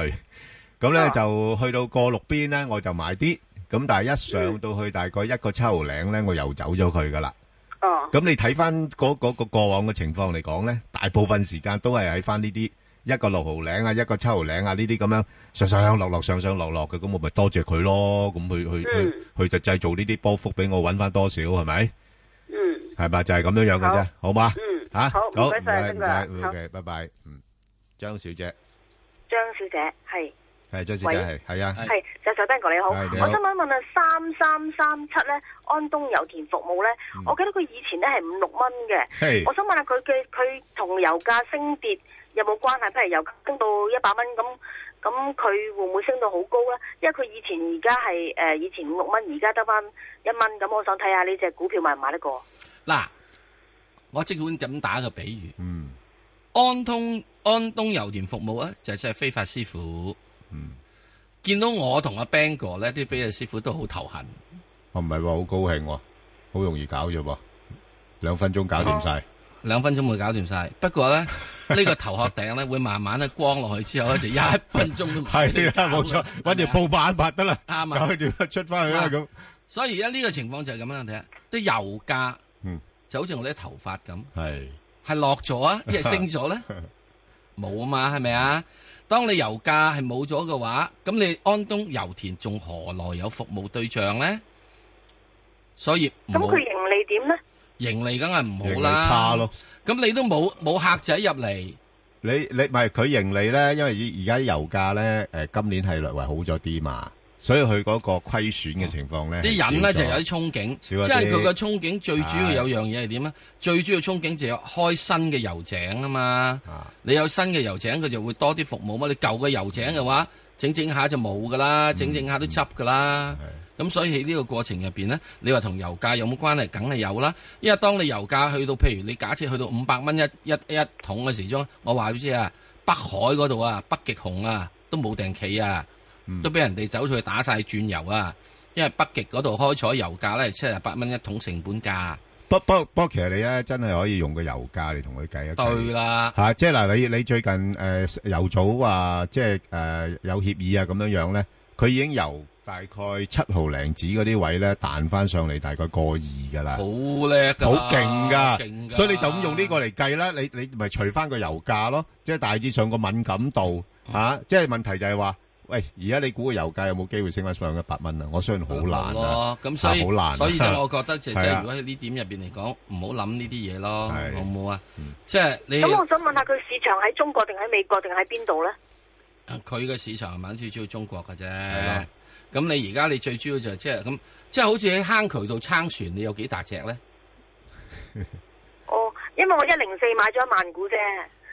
S2: 咁咧、
S6: 哦
S2: 就去到過六邊咧，我就買啲，咁但係一上到去大概一個七毫領咧，我又走咗佢噶啦。
S6: 哦，
S2: 咁你睇翻嗰嗰個過往嘅情況嚟講咧，大部分時間都係喺翻呢啲一個六毫領啊，一個七毫領啊呢啲咁樣上上落落、上上落落嘅，咁我咪多謝佢咯。咁佢佢佢佢就製造呢啲波幅俾我揾翻多少係咪？
S6: 嗯
S2: 係咪就係咁樣樣嘅啫，好嘛？
S6: 嗯，
S2: 嚇，
S6: 好
S2: 好
S6: 唔該晒
S2: 唔
S6: 邊個
S2: 該
S6: 啊
S2: 唔
S6: 好
S2: 該，OK，拜拜。嗯，張小姐，
S7: 張小姐係
S2: 係張小姐係係啊，
S1: 係
S8: 係石 Sir Ben 哥你好，
S2: 係你好
S8: 我想問一問啊，三三三七咧，安東油田服務咧，
S1: 嗯
S8: 我記得佢以前咧係五六蚊
S2: 係
S8: 嘅，我想問下佢嘅佢同油價升跌有冇關係？譬如油價升到一百蚊咁，咁佢會唔會升到好高咧？因為佢以前而家係誒以前五六蚊，而家得翻一蚊，咁我想睇下呢只股票買唔買得過？
S1: 嗱，我即管咁打個比喻，
S2: 嗯
S1: 安通安東油田服務啊，就係即係非法師傅。
S2: 嗯，
S1: 見到我同阿 Bang 哥咧，啲飛嘅師傅都好頭痕。
S2: 我唔係喎，好高興喎，好容易搞啫喎，兩分鐘搞掂晒。
S1: 兩分鐘會搞掂晒，不過
S2: (laughs)
S1: 咧呢個頭殼頂咧會慢慢咧光落去之後咧就一
S2: (laughs)
S1: 分鐘都唔
S2: 係啦，冇錯，揾條
S1: 鋪。
S2: 布板抹得啦，
S1: 啱啊
S2: 搞掂啦，出翻去啦
S1: 啊
S2: 咁。
S1: 所以而家呢個情況就係咁樣睇下，啲油價
S2: 嗯，
S1: 就好似我啲頭髮咁，
S2: (laughs) 係
S1: 係落咗啊，一係升咗
S2: (laughs)
S1: 咧，冇啊嘛，係咪啊？當你油價係冇咗嘅話，咁你安東油田仲何來有服務對象咧？所以唔
S8: 咁
S1: 好
S8: 佢盈利點咧？
S1: 盈利梗係唔
S2: 盈
S1: 好
S2: 利
S1: 啦，
S2: 差咯。。
S1: 咁你都冇冇客仔入嚟。
S2: 你你唔係佢盈利咧，因為而而家啲油價咧，誒今年係略為好咗啲嘛，所以佢嗰個虧損嘅情況咧，
S1: 嗯啲人咧就有啲憧憬，
S2: 少
S1: 即
S2: 咗啲啊
S1: 係佢個憧憬最主要有樣嘢係點咧？最主要憧憬就有開新嘅油井啊嘛！
S2: 啊，
S1: 你有新嘅油井，佢就會多啲服務嘛。你舊嘅油井嘅話，整整下就冇噶啦，整整下
S2: 嗯
S1: 都執噶啦。咁所以喺呢個過程入邊呢，你話同油價有冇關係？梗係有啦，因為當你油價去到，譬如你假設去到五百蚊一一一桶嘅時鐘，我話俾你知啊，北海嗰度啊，北極熊啊，都冇定企啊，
S2: 嗯
S1: 都俾人哋走出去打晒轉油啊，因為北極嗰度開採油價呢，七十八蚊一桶成本價，
S2: 不不不過其實你咧真係可以用個油價嚟同佢計一計。
S1: 對啦，
S2: 吓、即係嗱，你你最近诶、呃油組話即係诶、呃有協議啊咁樣樣咧，佢已經由大概七毫零子嗰啲位咧彈翻上嚟，大概個二噶啦
S1: 好，叻噶，
S2: 好勁噶
S1: 勁，㗎
S2: 所以你就咁用呢個嚟計啦，你你咪除翻個油價咯，即係大致上個敏感度吓、即係問題就係話，喂，而家你估個油價有冇機會升翻上一百蚊啊？我相信好難啊
S1: 咯，，咁所以
S2: 啊好難啊
S1: 所以
S2: (laughs)
S1: 咧，我覺得就即
S2: 係啊
S1: 係如果喺呢點入邊嚟講，唔好諗呢啲嘢咯，
S2: 係嗯
S1: 好唔好啊？即係你
S8: 咁我想問下佢市場喺中國定喺美國定喺邊度咧？
S1: 啊佢嘅市場係咪最主要中國嘅啫
S2: 咯。
S1: 咁你而家你最主要就係即係咁，即係好似喺坑渠度撐船，你有幾大隻咧？
S8: (laughs) 哦，因為我一零四買咗一萬股啫。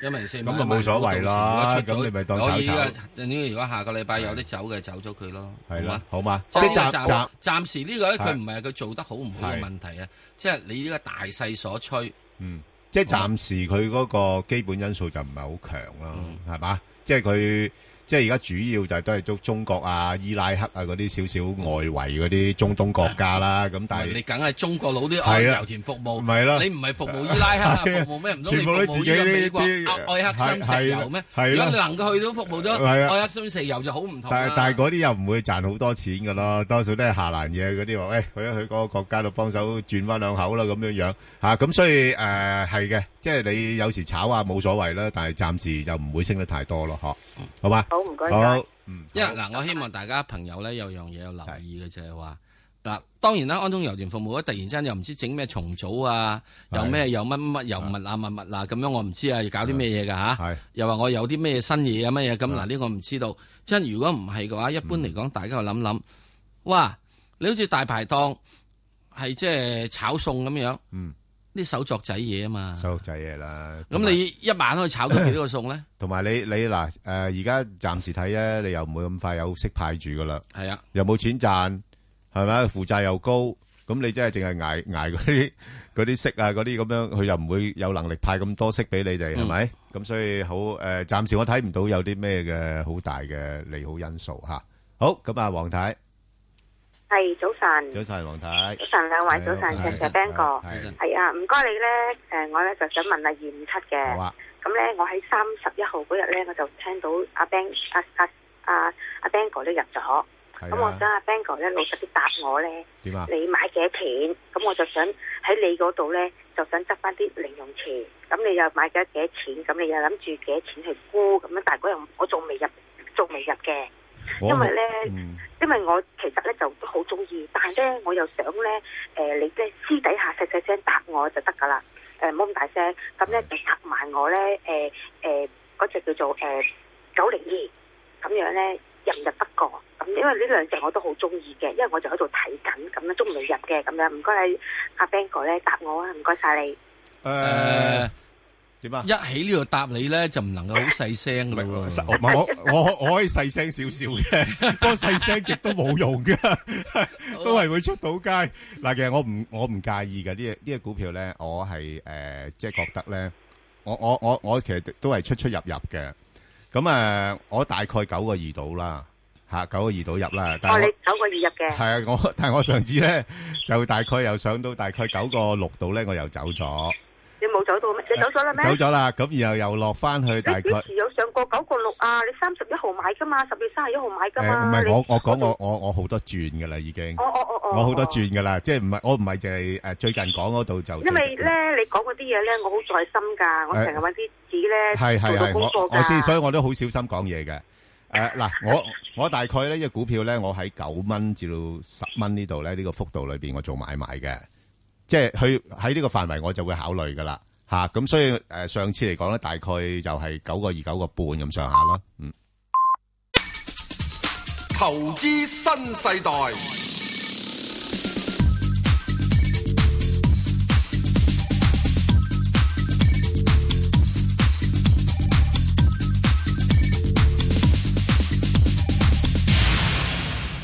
S1: 因為四
S2: 咁就冇所謂啦咁你咪當炒炒
S1: 可以啊依家正如果下個禮拜有得走嘅，走咗佢咯。
S2: 係
S1: 好
S2: 啦
S1: 嗎，，
S2: 好嘛，即
S1: 即係暫
S2: 係暫暫
S1: 暫暫時呢個咧，
S2: 係
S1: 佢唔係佢做得好唔好嘅問題啊，即係你呢個大勢所趨。
S2: 嗯，即係暫時佢嗰個基本因素就唔係好強啦，
S1: 嗯
S2: 係嘛？即係佢即係而家主要就係都係中中國啊、伊拉克啊嗰啲少少外圍嗰啲中東國家啦，咁但
S1: 你
S2: 係
S1: 梗係中國佬啲
S2: 係啦
S1: 愛油田服務，
S2: 咪啦
S1: 你唔係服務伊拉克啊，
S2: 係啊
S1: 服務咩？唔通你服
S2: 全部都
S1: 務
S2: 自己
S1: 呢個
S2: 呢
S1: 美國
S2: 啲
S1: 啊愛克森
S2: 係
S1: 石
S2: 係啦
S1: 油咩？
S2: 係啦
S1: 如果你能夠去到服務咗
S2: 係啊
S1: 愛克森石油就好唔同
S2: 但係
S1: 啦。
S2: 但係嗰啲又唔會賺好多錢噶咯，多數都係下欄嘢嗰啲話，喂、去一去嗰個國家度幫手轉翻兩口啦咁樣樣嚇，咁、所以誒係嘅，即係你有時炒下冇所謂啦，但係暫時就唔會升得太多咯，嗬，好嘛？
S8: 好，唔該晒。
S2: 好，嗯，
S1: 因為嗱，我希望大家朋友咧有樣嘢要留意嘅就係話，嗱，當然啦，安東油田服務咧突然之間又唔知整咩重組啊，
S2: 係
S1: 又咩又乜乜乜又物啊物物啊咁樣，我唔知啊，要搞啲咩嘢㗎
S2: 係
S1: 吓，又話我有啲咩新嘢啊乜嘢咁嗱，呢個唔知道。真如果唔係嘅話，一
S2: 嗯
S1: 般嚟講，大家去諗諗，哇，你好似大排檔係即係炒餸咁樣，
S2: 嗯，
S1: 啲手作仔嘢啊嘛，
S2: 收仔嘢啦，同
S1: 咁
S2: 埋
S1: 你一晚可以炒到幾多個餸咧？
S2: 同埋你你嗱誒，而家暫時睇咧，你又唔會咁快有息派住噶啦，
S1: 係啊。
S2: 又冇錢賺，係咪負債又高，咁你真係淨係捱捱嗰啲 (laughs) 嗰啲息啊，嗰啲咁樣，佢又唔會有能力派咁多息俾你哋，係咪？咁所以好誒，暫時我睇唔到有啲咩嘅好大嘅利好因素嚇。好，咁啊，黃太，
S9: 系早晨，
S2: 早晨，黃太，
S9: 早晨兩位早晨，
S1: 早晨
S9: 石石 Ben 哥，
S2: 係
S9: 係啊，唔該你咧，诶，我咧就想問下二五七嘅
S2: 好，啊，
S9: 咁咧我喺三十一號嗰日咧，我就聽到阿 Ben 阿阿阿阿 Ben 哥都入咗，咁
S2: 係
S9: 我想
S2: 啊，
S9: 阿 Ben 哥咧老實啲答我咧，
S2: 點啊？
S9: 你買幾多錢？咁我就想喺你嗰度咧，就想執翻啲零用錢，咁你又買咗幾多錢？咁你又諗住幾多錢去沽？咁樣，但係嗰日我仲未入，仲未入嘅。
S2: 我
S9: 因為咧
S2: 嗯
S9: 因為我其實咧就都好中意，但係咧我又想咧，誒、你咧私底下細細聲答我就得㗎啦，誒唔好咁大聲，呃咁咧就答埋我咧，誒誒嗰只叫做誒九零二，咁樣咧入唔入得過？咁因為呢兩隻我都好中意嘅，因為我就喺度睇緊，咁樣中未入嘅咁樣。唔該你阿 Bang 哥咧答我啊，唔該晒你。
S1: 诶，
S2: 点啊？
S1: 一喺呢度答你咧，就唔能夠好細聲噶咯。
S2: 我我我我可以細聲少少 (laughs) 嘅，不過細聲亦都冇用 (laughs) 嘅，都係會出到街。嗱，其實我唔我唔介意嘅呢只呢只股票咧，我係诶即係覺得咧，我我我我其實都係出出入入嘅。咁啊，我大概九個二到啦，吓九個二到入啦。但
S9: 哦，
S2: 係
S9: 你
S2: 我
S9: 九個二入嘅，
S2: 系啊，我但系我上次咧就大概又上到大概九個六度咧，我又走咗，
S9: 你冇走到咩？
S2: Ờ,
S9: 你走咗啦咩？
S2: 走咗啦。咁然後又落翻去大
S9: 你
S2: 概
S9: 幾。時有上過九個六啊？你三十一號買噶嘛？十月三十一號買噶
S2: 誒唔
S9: 嘛？
S2: 係我
S9: 你
S2: 我講我我我好多轉噶啦，已經。
S9: 哦哦哦哦，
S2: 我好多轉噶啦，即係唔係我唔係就係誒最近講嗰度就。
S9: 因為咧，你講嗰啲嘢咧，我好在心㗎，我成日揾啲紙咧
S2: 係係
S9: 做到
S2: 係，
S9: 功
S2: 我
S9: 課
S2: 我知，所以
S9: 㗎。
S2: 我都好小心講嘢嘅。誒嗱，我我大概呢只股票咧，我喺九蚊至到十蚊呢度咧，呢個幅度裏邊我做買賣嘅，即係佢喺呢個範圍我就會考慮噶啦嚇。咁所以誒上次嚟講咧，大概就係九個二九個半咁上下啦，嗯。
S4: 投资新世代，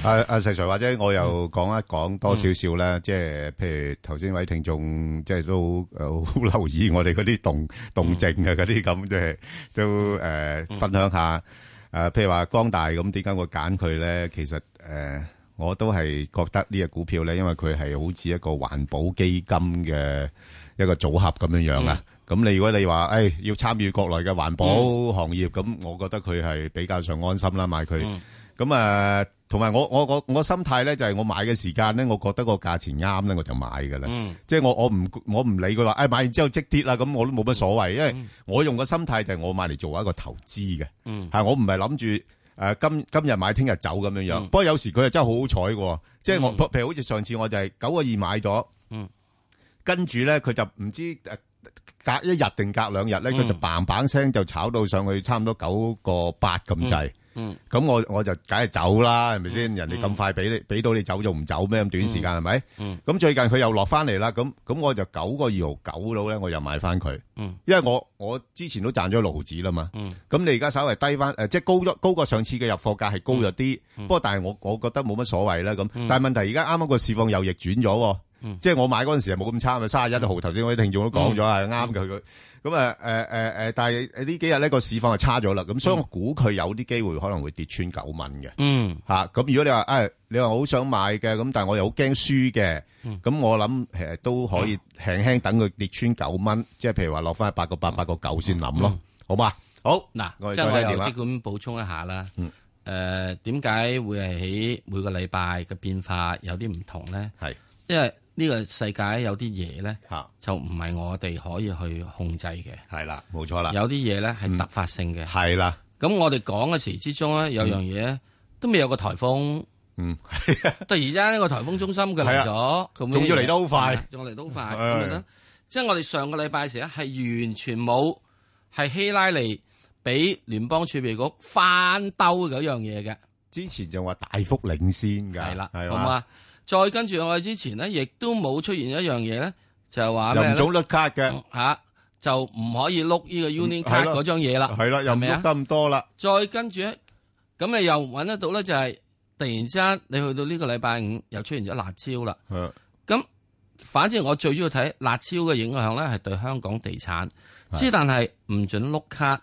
S2: 啊啊石 Sir，或者我又講一講多少少啦，即係譬如頭先位聽眾，即係都誒好留意我哋嗰啲動動靜啊，嗰啲咁即係都誒分享下誒，譬如話光大咁，點解我揀佢咧？其實誒，我都係覺得呢只股票咧，因為佢係好似一個環保基金嘅一個組合咁樣樣啊。咁你如果你話誒要參與國內嘅環保行業，咁我覺得佢係比較上安心啦，買佢。咁啊，同埋我我我我心態咧就係我買嘅時間咧，我覺得個價錢啱咧，我就買㗎啦。
S1: 嗯
S2: 即係我我唔我唔理佢話，哎誒買完之後即跌啦，咁我都冇乜所謂，因為我用個心態就係我買嚟做一個投資嘅，
S1: 嗯
S2: 係我唔係諗住。誒今今日買，聽日走咁樣樣。
S1: 嗯
S2: 不過有時佢係真係好好彩嘅喎，即係我譬如好似上次我就係九個二買咗，
S1: 嗯
S2: 跟住咧佢就唔知誒隔一日定隔兩日咧，佢就
S1: 嗯
S2: bang bang 聲就炒到上去差唔多九個八咁滯。
S1: 嗯
S2: 咁我我就梗係走啦，係咪先？人哋咁快俾你俾到你走就唔走咩？咁短時間係咪？
S1: 嗯
S2: 咁最近佢又落翻嚟啦，咁咁我就九個二毫九到咧，我又買翻佢，
S1: 嗯
S2: 因為我我之前都賺咗六毫子啦嘛。
S1: 嗯
S2: 咁你而家稍微低翻，誒即係高咗高過上次嘅入貨價係高咗啲，不過但係我我覺得冇乜所謂啦咁。但係問題而家啱啱個市況又逆轉咗喎，即係我買嗰陣時係冇咁差啊，三十一號頭先我啲聽眾都講咗係啱嘅佢。咁啊誒誒誒，但係呢幾日呢個市況係差咗啦，咁所以我估佢有啲機會可能會跌穿九蚊嘅。
S1: 嗯
S2: 吓咁、如果你話诶、哎你話我好想買嘅，咁但係我又好驚輸嘅，咁、我諗诶、誒都可以輕輕等佢跌穿九蚊，即係譬如話落翻八個八、八個九先諗咯，好嘛？好
S1: 嗱，
S2: 我哋
S1: 即係我
S2: 再聽電
S1: 又
S2: 話嗯
S1: 即管補充一下啦。誒點解會係喺每個禮拜嘅變化有啲唔同咧？
S2: 係
S1: 因為呢個世界有啲嘢咧，
S2: 吓
S1: 就唔係我哋可以去控制嘅，
S2: 系啦，冇錯啦，
S1: 有啲嘢咧係突發性嘅。
S2: 係啦，
S1: 咁我哋講嘅時之中咧，有樣嘢呢都未有個颱風，
S2: 嗯，啊
S1: 突然之間呢個颱風中心佢嚟咗，佢
S2: 仲要嚟得好快
S1: 係啊仲嚟得好快
S2: 係
S1: 咁樣啦。即係我哋上個禮拜時咧，係完全冇係希拉里俾聯邦儲備局翻兜嗰樣嘢嘅，
S2: (laughs) 之前就話大幅領先㗎，
S1: 係啦，
S2: 係
S1: 好嘛？再跟住我哋之前呢，亦都冇出現一樣嘢咧，就係話
S2: 又
S1: 咩咧
S2: 唔早甩卡 (laughs) 嘅，
S1: 嚇，就唔可以碌呢個 Union
S2: 係
S1: Card
S2: 咯
S1: 嗰張嘢啦，
S2: 係啦，又
S1: 係
S2: 唔
S1: 嗯咪啊
S2: 碌得咁多啦，
S1: 再跟住咧，咁你又揾得到咧，就係突然之間你去到呢個禮拜五又出現咗辣椒啦。
S2: 係
S1: 咁反正我最主要睇辣椒嘅影響咧，係對香港地產。之但係唔准碌卡，誒、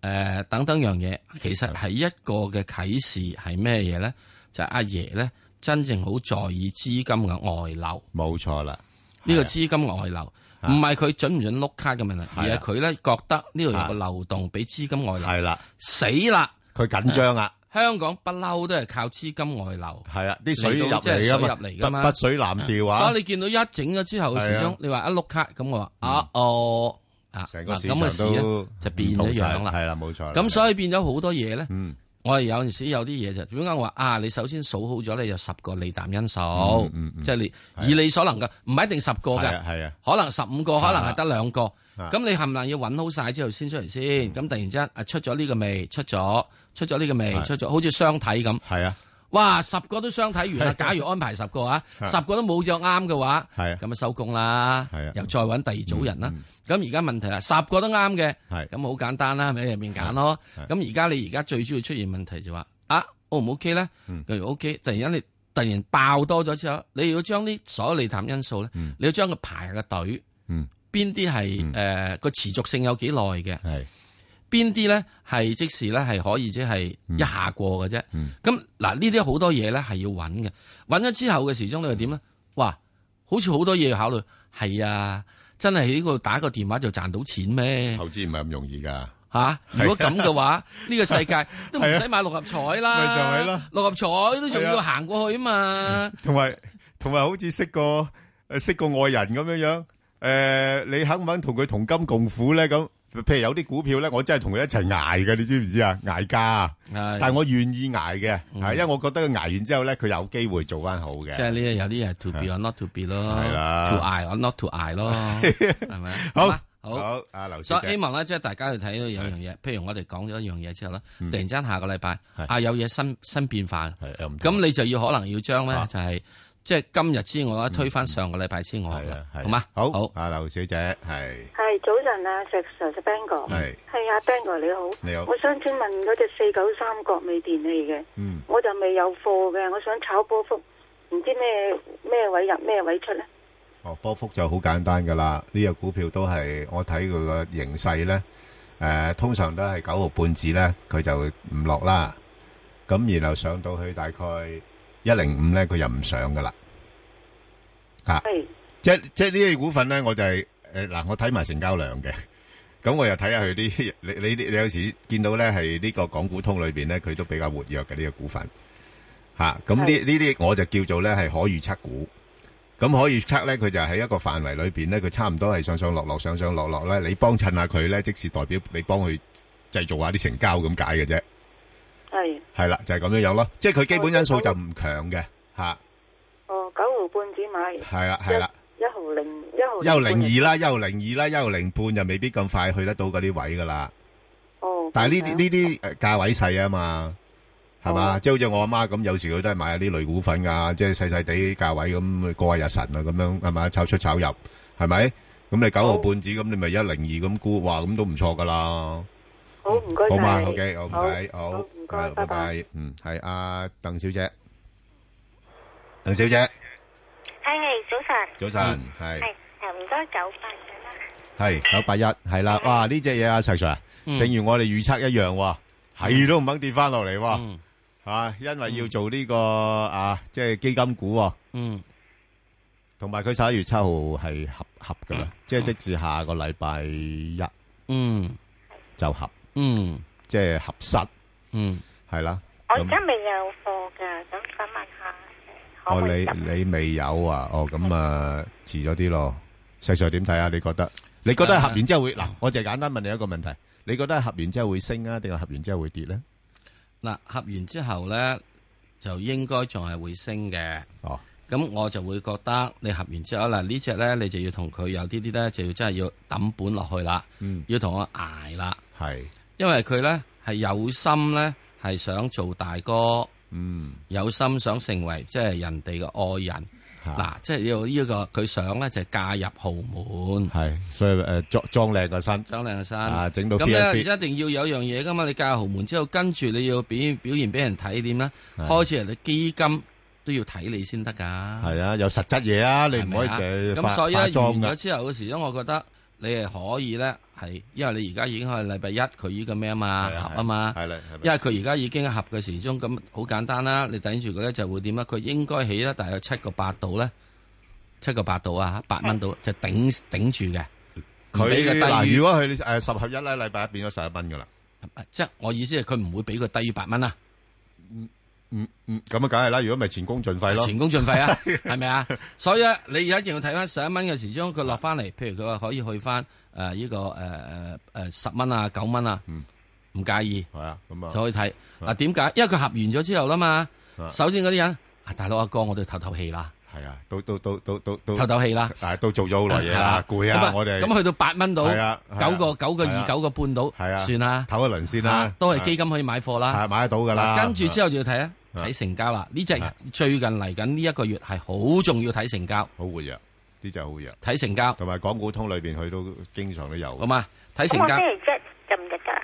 S1: 呃等等樣嘢，其實係一個嘅啟示係咩嘢咧？就係阿爺咧真正好在意資金嘅外流。
S2: 冇錯啦，
S1: 呢個
S2: 係啊啊
S1: 資金外流，唔係佢準唔準碌卡嘅問題，而
S2: 係啊
S1: 係佢咧覺得呢度有
S2: 啊
S1: 個漏洞俾資金外流，
S2: 係啦，
S1: 死啦！
S2: 佢緊張啦。
S1: 香港不嬲都係靠資金外流，
S2: 係啊，啲水
S1: 嚟
S2: 入
S1: 到即係
S2: 嚟㗎
S1: 水
S2: 嘛，
S1: 入嚟㗎嘛
S2: 北-北水南調啊，
S1: 所以你見到一整咗之後嘅時
S2: 係啊嗯
S1: 鐘，你話一碌卡咁，我話啊哦啊，
S2: 成個
S1: 嗱
S2: 市
S1: 咁嘅
S2: 場
S1: 事
S2: 都
S1: 咧就變咗樣啦。
S2: 唔同晒，係啦，冇錯啦。
S1: 咁所以變咗好多嘢咧，
S2: 嗯
S1: 我哋有陣時有啲嘢就點解我話啊？你首先數好咗你有十個利淡因素
S2: 嗯嗯，嗯
S1: 即係你以你所能嘅，唔係一定十個㗎。
S2: 係啊，係啊，
S1: 可能十五個，可能係得兩個。
S2: 啊嗯
S1: 咁你冚唪唥要揾好晒之後先出嚟先。咁突然之間啊出咗呢個未？出咗，出咗呢個未？
S2: 係
S1: 出咗好似相睇咁。
S2: 系啊，
S1: 哇！十個都相睇完啦。
S2: 係
S1: 假如安排十個啊，
S2: 係
S1: 十個都冇咗啱嘅話，
S2: 係啊
S1: 咁啊收工啦
S2: 係啊，
S1: 又再揾第二組人啦。咁而家問題啦，十個都啱嘅，
S2: 係
S1: 咁好簡單啦，咪喺入面揀咯。
S2: 係
S1: 咁而家你而家最主要出現問題就話啊，O 唔 OK 咧
S2: 嗯？
S1: 例如 OK，突然間你突然爆多咗之後，你要將啲所有利淡因素咧
S2: 嗯，
S1: 你要將佢排個隊，
S2: 嗯，
S1: 邊啲係
S2: 嗯
S1: 誒個持續性有幾耐嘅？
S2: 系，
S1: 邊啲咧係即時咧係可以即係一下過嘅啫。
S2: 嗯
S1: 咁嗱呢啲好多嘢咧係要揾嘅，揾咗之後嘅時鐘你又點咧？
S2: 嗯
S1: 哇，好似好多嘢要考慮。係啊，真係喺呢個打個電話就賺到錢咩？
S2: 投资唔系咁容易噶，
S1: 吓、如果咁嘅話，呢個世
S2: (laughs)
S1: 界都唔使買六合彩啦，
S2: 啊咪就係咯
S1: 六合彩都仲
S2: 係
S1: 要
S2: 啊
S1: 行過去啊嘛。
S2: 同埋同埋好似识个诶识个外人咁样样，诶、你肯唔肯同佢同甘共苦咧？咁譬如有啲股票咧，我真系同佢一齐挨嘅，你知唔知啊？挨价啊，但
S1: 係
S2: 系我愿意挨嘅，系、
S1: 嗯
S2: 因为我觉得佢挨完之后咧，佢有机会做翻好嘅。
S1: 即係呢有啲嘢 to be or not to be 咯
S2: 啊係啦
S1: ，to I or not to I
S2: (laughs)
S1: 咯，係咪啊？好嘛好。
S2: 好，阿刘
S1: 所
S2: 小
S1: 以希
S2: 姐，
S1: 望咧，即係大家去睇到有樣嘢，譬如我哋講咗一樣嘢之後咧，
S2: 嗯
S1: 突然之間下個禮拜
S2: 係
S1: 啊有嘢新新變化，
S2: 係又唔同
S1: 咁你就要可能要將咧
S2: 啊嗯
S1: 就係即係今日之外咧推翻上個禮拜之外
S2: 係
S1: 啦
S2: 啊，係啊
S1: 好嘛？
S2: 好，
S1: 好
S2: 阿劉小姐，係，
S9: 系早晨啊，石 Sir 石 Bang 哥，
S2: 係
S9: 系啊 Bang 哥你好，
S2: 你好
S9: 我想请问嗰只四九三國美電器嘅，我就未有貨嘅，我想炒波幅，唔知咩咩位入咩位出咧？
S2: 嗯，哦，波幅就好簡單㗎啦，呢個股票都係，我睇佢個形勢呢，誒，通常都係9.5子呢，佢就唔落啦，咁然後上到去大概105呢，佢又唔上㗎啦，啊，
S9: 系
S2: 即- (laughs) 即係呢啲股份呢，我就係，誒，嗱，我睇埋成交量嘅，咁我又睇下佢啲- (laughs) 你-你-你有時見到呢，係呢個港股通裏邊呢，佢都比較活躍嘅，呢個股份。吓，咁呢呢啲我就叫做咧係可預測股。咁可預測咧，佢就喺一個範圍裏邊咧，佢差唔多係上上落落、上上落落咧。你幫襯下佢咧，即是代表你幫佢製造下啲成交咁解嘅啫。
S9: 系，
S2: 係啦，就係、咁樣樣咯。即係佢基本因素就唔強嘅吓，
S9: 哦九毫半子買，
S2: 係啦係啦，
S9: 一毫零一毫
S2: 一路零二啦，一路零二啦，一路零半就未必咁快去得到嗰啲位噶啦。
S9: 哦，
S2: 但係呢啲呢啲誒價位細啊嘛，係嘛？即係好似我阿媽咁，有時佢都係買下呢類股份㗎，即係細細地價位咁過下日神啊，咁樣係嘛？炒出炒入係咪？咁你九毫半子咁，你咪一零二咁估，哇，咁都唔錯㗎啦，
S9: 好唔該
S2: 好嘛
S9: 晒
S2: ？OK，我唔使，好，
S9: 好唔該
S2: 係
S9: 拜拜
S2: 拜，嗯，係阿鄧小姐，鄧小姐，
S10: 系早晨，
S2: 早晨，係
S10: 系诶唔该九八嘅啦，
S2: 係九八一，係啦，哇，呢只嘢啊，石 Sir，啊
S1: 嗯
S2: 正如我哋預測一樣喎，係都唔肯跌翻落嚟喎。
S1: 嗯
S2: 啊，因为要做呢、个啊，即系基金股、喎，
S1: 嗯
S2: 同埋佢十一月七号系合合噶啦，即系即至下个礼拜一
S1: 嗯
S2: 就合，
S1: 嗯
S2: 即系合失
S1: 嗯，
S2: 系啦。
S10: 我
S2: 咁
S10: 而家未有货噶，咁想问下可
S2: 哦，
S10: 唔可以
S2: 你
S10: 入？嗯
S2: 你未有啊？哦，咁啊，迟咗啲咯。石 Sir 点睇啊？你觉得？你觉得合完之后会
S1: 嗯
S2: 嗱？我就简单问你一个问题，你觉得合完之后会升啊，定系合完之后会跌咧？
S1: 嗱合完之後咧就應該仲係會升嘅。
S2: 哦，
S1: 咁我就會覺得你合完之後嗱呢只咧，你就要同佢有啲啲咧，就要真係要抌本落去啦，
S2: 嗯
S1: 要同我捱啦，
S2: 系，
S1: 因為佢咧係有心咧係想做大哥，
S2: 嗯，
S1: 有心想成為即係人哋嘅愛人。
S2: 嗱，
S1: 嗱，即係要呢、個佢想咧就嫁入豪門，
S2: 系，所以诶，装装靓个身，
S1: 張靚生。
S2: 啊，整到
S1: 咁咧
S2: fit fit
S1: 一定要有樣嘢噶嘛，你嫁入豪門之後，跟住你要表現表現俾人睇點咧？
S2: 係
S1: 開始人哋基金都要睇你先得㗎。
S2: 系啊，有實質嘢啊，你
S1: 係
S2: 唔
S1: 咪
S2: 可以
S1: 啊
S2: 淨係
S1: 咁
S2: 化
S1: 所以咧
S2: 化
S1: 完
S2: 妝
S1: 咗
S2: 噶，
S1: 之後嘅時鐘，我覺得你係可以咧，係因為你而家已經係禮拜一佢呢個咩啊嘛
S2: 係啊
S1: 合啊嘛，
S2: 係啦，係
S1: 因
S2: 啦，
S1: 為佢而家已經合嘅時鐘，咁好簡單啦。你等住佢咧就會點啊？佢應該起咧大約七個八度咧，七個八度啊，八蚊度就頂頂住嘅。唔俾
S2: 佢
S1: 佢低
S2: 嗱，
S1: 於
S2: 如，果佢诶十合一咧，禮拜一變咗十一蚊噶啦，
S1: 即係我意思係佢唔會俾佢低於八蚊啊，
S2: 嗯嗯，咁啊，梗係啦，如果咪前功盡廢咯，
S1: 前功盡廢
S2: (laughs)
S1: 啊，係咪啊？所以咧，你而家一定要睇翻十一蚊嘅時鐘，佢落翻嚟，譬如佢話可以去翻誒呢個誒誒誒十蚊啊、九蚊啊
S2: 嗯，
S1: 唔介意。
S2: 係啊，咁
S1: 就
S2: 啊，
S1: 可以睇。嗱，點解？因為佢合完咗之後啦嘛
S2: 啊，
S1: 首先嗰啲人，啊大佬阿哥，我哋透透氣啦，
S2: 到-到-到-到-到-到-
S1: 唞唞氣啦。
S2: 但係都做咗好耐嘢啦，
S1: 係啊。
S2: 攰啊，
S1: 咁啊，
S2: 我哋。
S1: 咁去到8蚊到，
S2: 係啊，係啊，
S1: 九個-九個二，
S2: 係啊，
S1: 九個半到，
S2: 係啊，
S1: 算啦。
S2: 唞一輪先啦，
S1: 啊，都係基金可以買貨啦。
S2: 係，買得到㗎啦，
S1: 嗱，跟住之後就要睇啊，睇成交啦。呢隻
S2: 啊
S1: 最近嚟緊呢一個月係好重要睇成交。
S2: 好活躍，呢隻好活躍。
S1: 睇成交。
S2: 同埋港股通裏面佢都經常都有。
S10: 咁我
S1: 好嘛？睇成交。
S10: 星期一入唔入得啊？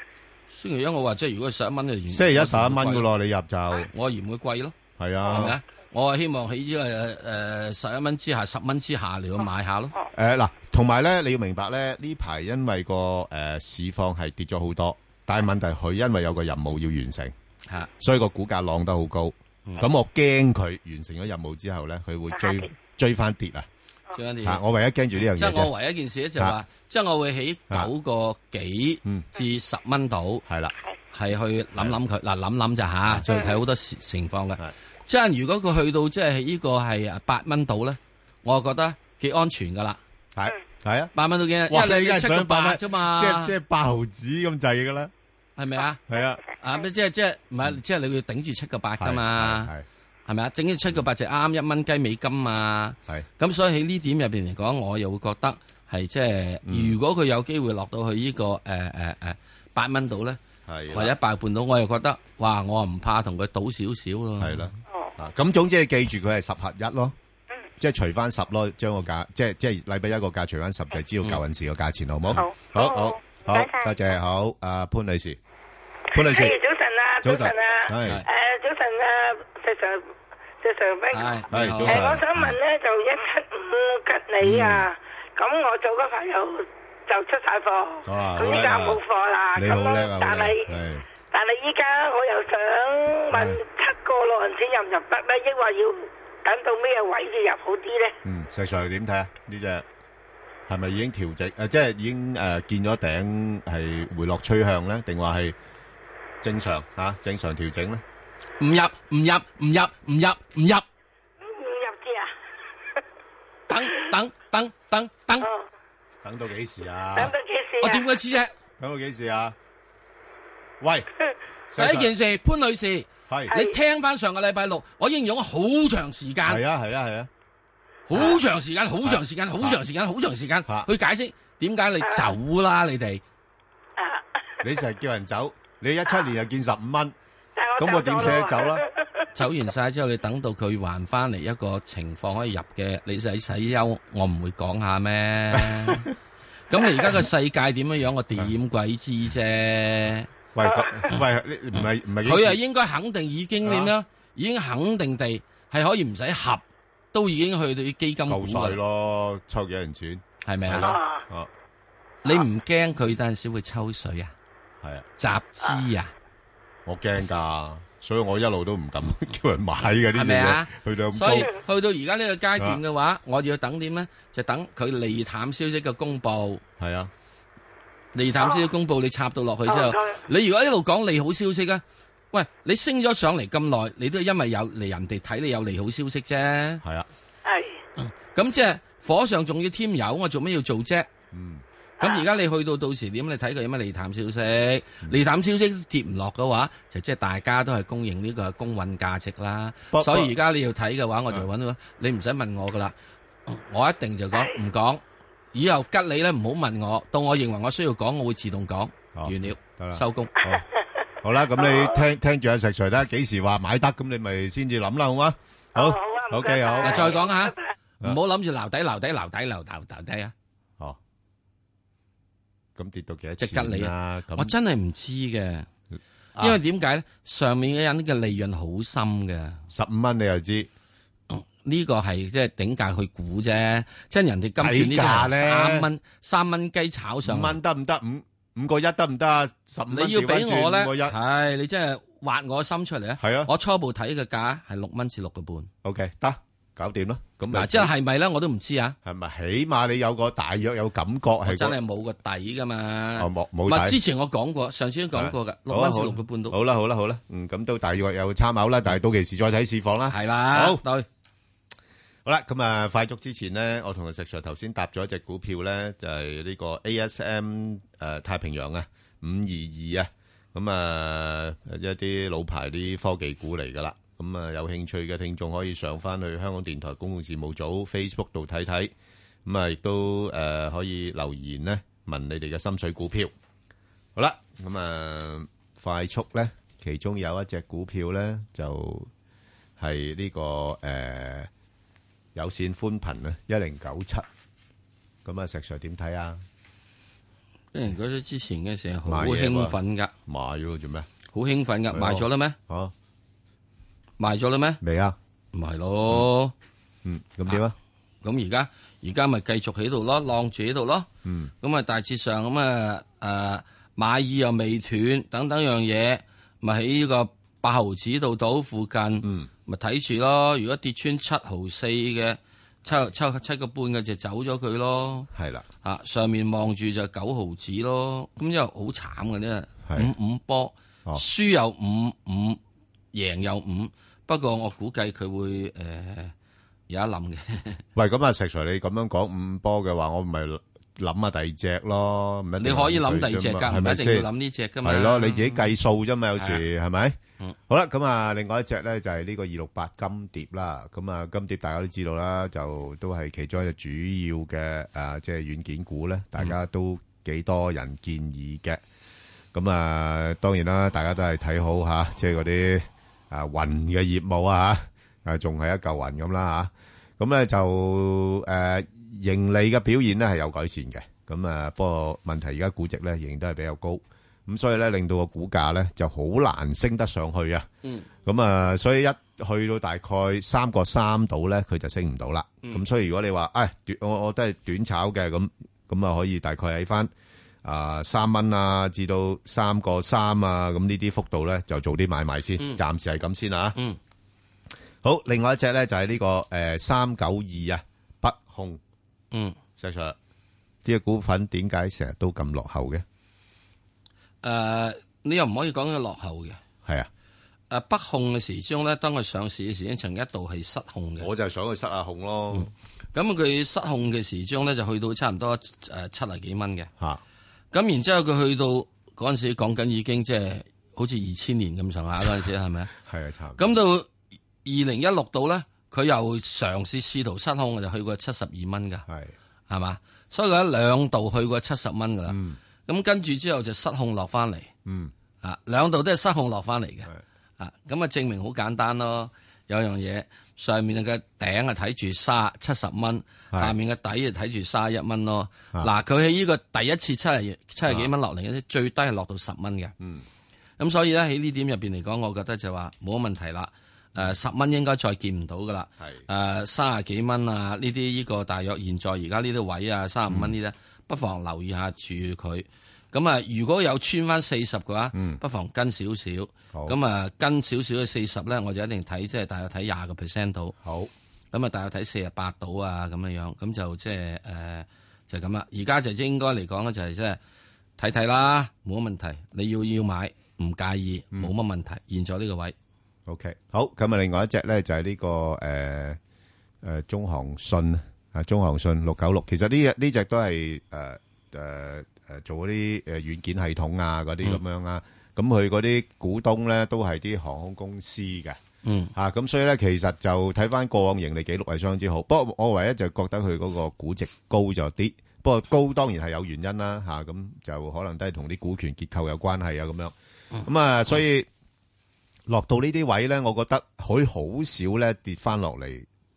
S1: 雖然因為我話即係如果係11蚊就完-
S2: 星期一11蚊㗎咯，你入就。
S1: 我嫌佢貴咯。
S2: 係啊。
S1: 係咪啊？我係希望喺呢個誒十一蚊之下、十蚊之下嚟
S10: 哦
S1: 到買下咯。
S2: 诶嗱，同埋咧，你要明白咧，呢排因為個诶、呃市況係跌咗好多，但係問題佢因為有個任務要完成，
S1: 吓，
S2: 所以個股價浪得好高。咁、
S1: 嗯
S2: 我驚佢完成咗任務之後咧，佢會追追翻跌啊！
S10: 哦
S1: 最緊
S2: 吓，
S1: 要。
S2: 我唯一驚住呢樣
S1: 嗯即
S2: 嘢
S1: 係我
S2: 啫。
S1: 唯一一件事咧，就話
S2: 啊嗯
S1: 即係我會喺九個幾至十蚊度，
S2: 係啦，
S1: 係去諗諗佢嗱諗諗咋吓，再睇好多時情況嘅。即係如果佢去到即係呢個係啊八蚊度咧，我覺得幾安全噶啦。
S2: 係系啊，
S1: 八蚊到幾？
S2: 哇
S1: 因
S2: 你
S1: 為
S2: 而家
S1: 你七個
S2: 想八
S1: 八
S2: 蚊
S1: 啫嘛，
S2: 即係即係八毫子咁滯噶啦，
S1: 係咪啊？
S2: 係啊，嗯
S1: 啊，咩即係即係唔係即係你要頂住七個八噶嘛？係咪啊？整咗七個八就啱一蚊雞美金啊嘛。
S2: 係
S1: 咁所以喺呢點入邊嚟講，我又會覺得係即係，
S2: 嗯
S1: 如果佢有機會落到去呢個誒誒誒八蚊度咧，
S2: 係
S1: 或者八半度，我又覺得哇，我唔怕同佢賭少少咯。
S2: 係啦。啊，咁總之你記住佢係十合一咯，即係除翻十咯，將個價，即係即係禮拜一個價除翻十，就知道舊陣時個價錢，好冇？
S11: 好
S2: 好
S11: 好
S2: 好
S11: 唔該
S2: 好，
S11: 晒
S2: 多謝好，阿潘女士，潘女士
S11: 哎，早晨啊，
S9: à,
S11: 早
S2: 早晨
S11: 晨啊，
S2: 係
S11: 誒早晨啊，石 Sir，石 Sir 喂，
S2: 係早
S11: 誒
S2: 晨
S11: 我想問咧，就一七五吉利
S9: à.
S11: 啊，咁我早嗰排又就出晒貨，
S2: 哇
S11: 咁依家
S2: 好叻啊
S11: 冇貨啦，
S2: 你
S11: 咁
S2: 好叻
S11: 樣
S2: 啊，好
S11: 但
S2: 叻
S11: 係
S2: 係
S11: 但係依家我又想問七個六銀錢入唔入得咧？抑或要等到咩位至入好啲咧？
S2: 嗯，石 Sir 點睇啊？呢只係咪已經調整？誒，即係已經誒見咗頂係回落趨向咧，定話係正常嚇正常調整咧？
S1: 唔入唔入唔入唔入唔入，
S11: 唔入啲啊？
S1: 等等等等等，
S2: 等到幾時啊？
S11: 等到幾時哦啊
S1: 我點鬼知啫？
S2: 等到幾時啊？
S1: (laughs)
S2: 喂，
S1: 第一件事，潘女士，你聽翻上個禮拜六，我已經用咗好長時間。
S2: 係啊係啊係啊，
S1: 好長時間，好長時間，好長時間，好長時間
S2: 啊
S1: 去解釋點解你走啦，你哋。
S2: 你成日叫人走，你一七年又見十五蚊，
S11: 我
S2: 咁我點捨得走啦？
S1: 走完晒之後，你等到佢還翻嚟一個情況可以入嘅，你使使休，我唔會講下咩？
S2: (laughs)
S1: 咁你而家個世界點樣樣，我點鬼知啫？ (laughs)
S2: 喂喂，你唔係唔係幾
S1: 佢係
S2: 時
S1: 應該肯定已經點
S2: 啊
S1: 咧？已經肯定地係可以唔使合，都已經去到啲基金股
S2: 夠
S1: 㗎
S2: 晒
S1: 啦。
S2: 咯，抽幾人錢
S1: 係咪啊
S2: 係咯啊，
S1: 你唔驚佢有陣時會抽水啊？
S2: 係啊，
S1: 集資啊？
S2: 我驚㗎，所以我一路都唔敢 (laughs) 叫人買嘅呢
S1: 係咪啊
S2: 啲嘢，去到咁
S1: 所以去
S2: 高。
S1: 到而家呢個階段嘅話，我哋要等點咧？就等佢利淡消息嘅公佈。
S2: 系啊，
S1: 利淡消息公佈，你插到落去之後
S11: 哦，
S1: 你如果一路講利好消息啊，喂，你升咗上嚟咁耐，你都係因為有嚟人哋睇你有利好消息啫。系
S2: 啊，
S7: 哎
S11: 係
S1: 咁即係火上仲要添油，我做咩要做啫？
S2: 嗯。
S1: 咁而家你去到到時點？你睇佢有咩利淡消息？
S12: 嗯
S1: 利淡消息跌唔落嘅話，就即係大家都係公認呢個係公允價值啦
S12: 不。嗯
S1: 所以而家你要睇嘅話，我就揾到你唔使問我噶啦，我一定就講唔講。以後吉你咧唔好問我，到我認為我需要講，我會自動講。
S12: 哦
S1: 完
S2: 得
S12: 啊
S2: 啦
S1: 了，收工。
S2: 好啦，咁你聽聽住阿石 Sir 啦，幾時話買得咁，你咪先至諗啦，好嗎？好，OK，好。
S7: 啊
S1: 啊嗱，再講下，唔好諗住留底、留底、留底、留底、留底啊！
S2: 哦，咁跌到幾多
S1: 即吉你
S2: 錢啊？咁
S1: 我真係唔知嘅，
S12: 嗯啊
S1: 因為點解咧？上面嘅人嘅利潤好深嘅，
S2: 十五蚊你又知。
S1: 哦呢個係即係頂價去估啫，即係人哋今次呢
S2: 底價
S1: 啲
S2: 咧
S1: 係三蚊三蚊雞炒上
S2: 五
S1: 嚟
S2: 蚊，得唔得？五五個一得唔得啊？十五蚊
S1: 你要俾我
S2: 調翻轉五個一
S1: 咧，係你真係挖我心出嚟啊！
S2: 係啊，
S1: 我初步睇嘅價係六蚊至六個半。
S2: OK，得搞掂啦。咁咪
S1: 嗱，即係係咪咧？我都唔知啊。
S2: 係咪起碼你有個大約有感覺係
S1: 我
S2: 個？
S1: 真係冇個底噶嘛。
S2: 哦冇冇
S1: 唔係
S2: 底
S1: 之前我講過，上次都講過
S2: 啊
S1: 噶，
S2: 好
S1: 六
S2: 啊
S1: 蚊至
S2: 好
S1: 六個半到。
S2: 好啦，好啦，好啦，嗯，咁都大約有參考啦，但係到期時再睇市況啦。係啦啊好，
S1: 對。
S2: 好啦，咁啊，快速之前呢，我同阿石 Sir 頭先搭咗一隻股票咧，就係、呢個 ASM 誒、呃太平洋啊，五二二啊，咁啊一啲老牌啲科技股嚟噶啦，咁咁啊有興趣嘅聽眾可以上翻去香港電台公共事務組 Facebook 度睇睇，咁啊亦都誒可以留言咧問你哋嘅心水股票。好啦，咁啊快速咧，其中有一隻股票咧就係呢個誒有線寬頻啊，一零九七。咁啊，石 Sir 點睇啊？
S1: 俾人嗰啲之前嘅時候好
S2: 買嘢
S1: 興
S2: 喎
S1: 奮噶，
S2: 買咗做咩？
S1: 好興奮噶，
S2: 係
S1: 賣咗啦咩？
S2: 哦，
S1: 賣咗啦咩？
S2: 未啊？
S1: 唔係咯。
S2: 嗯，咁點啊？
S1: 咁而家而家咪繼續喺度咯，晾住喺度咯。
S2: 嗯，
S1: 咁啊，大致上咁啊，誒買意又未斷，等等樣嘢，咪喺呢個八毫子度到附近，
S2: 嗯，
S1: 咪睇住咯。如果跌穿七毫四嘅，七七七個半嘅就走咗佢咯。
S2: 係啦，
S1: 啊上面望住就九毫子咯，咁因為好慘嘅呢，
S2: 係
S1: 五五波，
S2: 哦
S1: 輸有五五，贏有五。不過我估計佢會誒、呃有一冧嘅。
S2: 喂，咁啊，石 Sir 你咁樣講五波嘅話，我唔係諗下第二隻咯，唔一定
S1: 你可以諗
S2: 佢
S1: 第二隻
S2: 啫嘛
S1: 㗎唔
S2: 係咪
S1: 一定要
S2: 先
S1: 諗呢隻㗎嘛
S2: 係咯，你自己計數啫嘛，有時
S1: 係
S2: 係咪
S1: 嗯？
S2: 好啦，咁啊，另外一隻咧就係呢個二六八金蝶啦。咁啊，金蝶大家都知道啦，就都係其中一隻主要嘅啊，即係軟件股咧，大家都幾多人建議嘅。咁啊，當然啦，大家都係睇好吓，即係嗰啲啊雲嘅業務啊吓，啊仲係一嚿雲咁啦吓。咁咧就誒盈利嘅表現咧係有改善嘅。咁啊，不過問題而家估值咧仍然都係比較高，咁所以咧令到個股價咧就好難升得上去啊。
S1: 嗯，
S2: 咁啊，所以一去到大概三個三度咧，佢就升唔到啦。咁、
S1: 嗯
S2: 所以如果你話，唉、短我我都係短炒嘅，咁咁啊可以大概喺翻啊三蚊啊至到三個三啊，咁呢啲幅度咧就做啲買賣先，
S1: 嗯
S2: 暫時係咁先啊。
S1: 嗯，
S2: 好，另外一隻咧就係呢、個誒三九二啊，北控
S1: 嗯，
S2: 石 Sir 呢只股份點解成日都咁落後嘅？
S1: 誒、呃你又唔可以講佢落後嘅。
S2: 係啊，
S1: 誒北控嘅時鐘咧，當佢上市嘅時已曾經一度係失控嘅。
S2: 我就係想去失下控咯。
S1: 咁佢失控嘅時鐘咧，就去到差唔多誒七啊幾蚊嘅。
S2: 嚇
S1: 咁然之後佢去到嗰陣時講緊已經即係好似二千年咁上下嗰陣時係
S2: (laughs)
S1: 咪啊？
S2: 係啊，差唔多。
S1: 咁到二零一六度咧，佢又嘗試試圖失控，就去過七十二蚊噶，
S2: 係
S1: 係嘛？所以佢喺兩度去過七十蚊噶啦。
S2: 嗯
S1: 咁、跟住之後就失控落翻嚟，
S2: 嗯
S1: 啊，兩度都係失控落翻嚟嘅。啊，咁啊證明好簡單咯。有樣嘢上面嘅頂啊睇住沙七十蚊，
S2: 係
S1: 下面嘅底啊睇住沙一蚊咯。
S2: 啊
S1: 嗱，佢喺呢個第一次七十七十幾蚊落嚟嘅，最低係落到十蚊嘅。
S2: 嗯。
S1: 咁所以咧喺呢點入邊嚟講，我覺得就話冇乜問題啦。
S2: 嗯
S1: 誒十蚊應該再見唔到噶啦。係誒三十幾蚊啊，呢啲呢個大約現在而家呢啲位啊，三十五蚊呢啲
S2: 嗯
S1: 呢，不妨留意下住佢。咁啊，如果有穿翻四十嘅話，不妨跟少少。
S2: 好
S1: 咁啊，跟少少嘅四十咧，我就一定睇即係大約睇廿個 percent 到。
S2: 好。
S1: 咁啊，大約睇四十八到啊，咁樣樣，咁就即係誒就咁啦。而家就應該嚟講咧，就係即係睇睇啦，冇乜問題。你要要買唔介意，冇乜問題。現在呢個位，
S2: OK，好，咁啊，另外一隻咧就係呢、個誒誒中航信啊，中航信六九六，其實呢隻呢只都係誒誒誒做嗰啲誒軟件系統啊，嗰啲咁樣啊，咁佢嗰啲股東咧都係啲航空公司嘅。
S1: 嗯
S2: 啊，咁所以咧，其實就睇翻過往盈利記錄係相當之好。不過我唯一就覺得佢嗰個估值高咗啲，不過高當然係有原因啦嚇，咁、就可能都係同啲股權結構有關係啊咁樣。咁啊，所以落到呢啲位咧，我覺得佢好少咧跌翻落嚟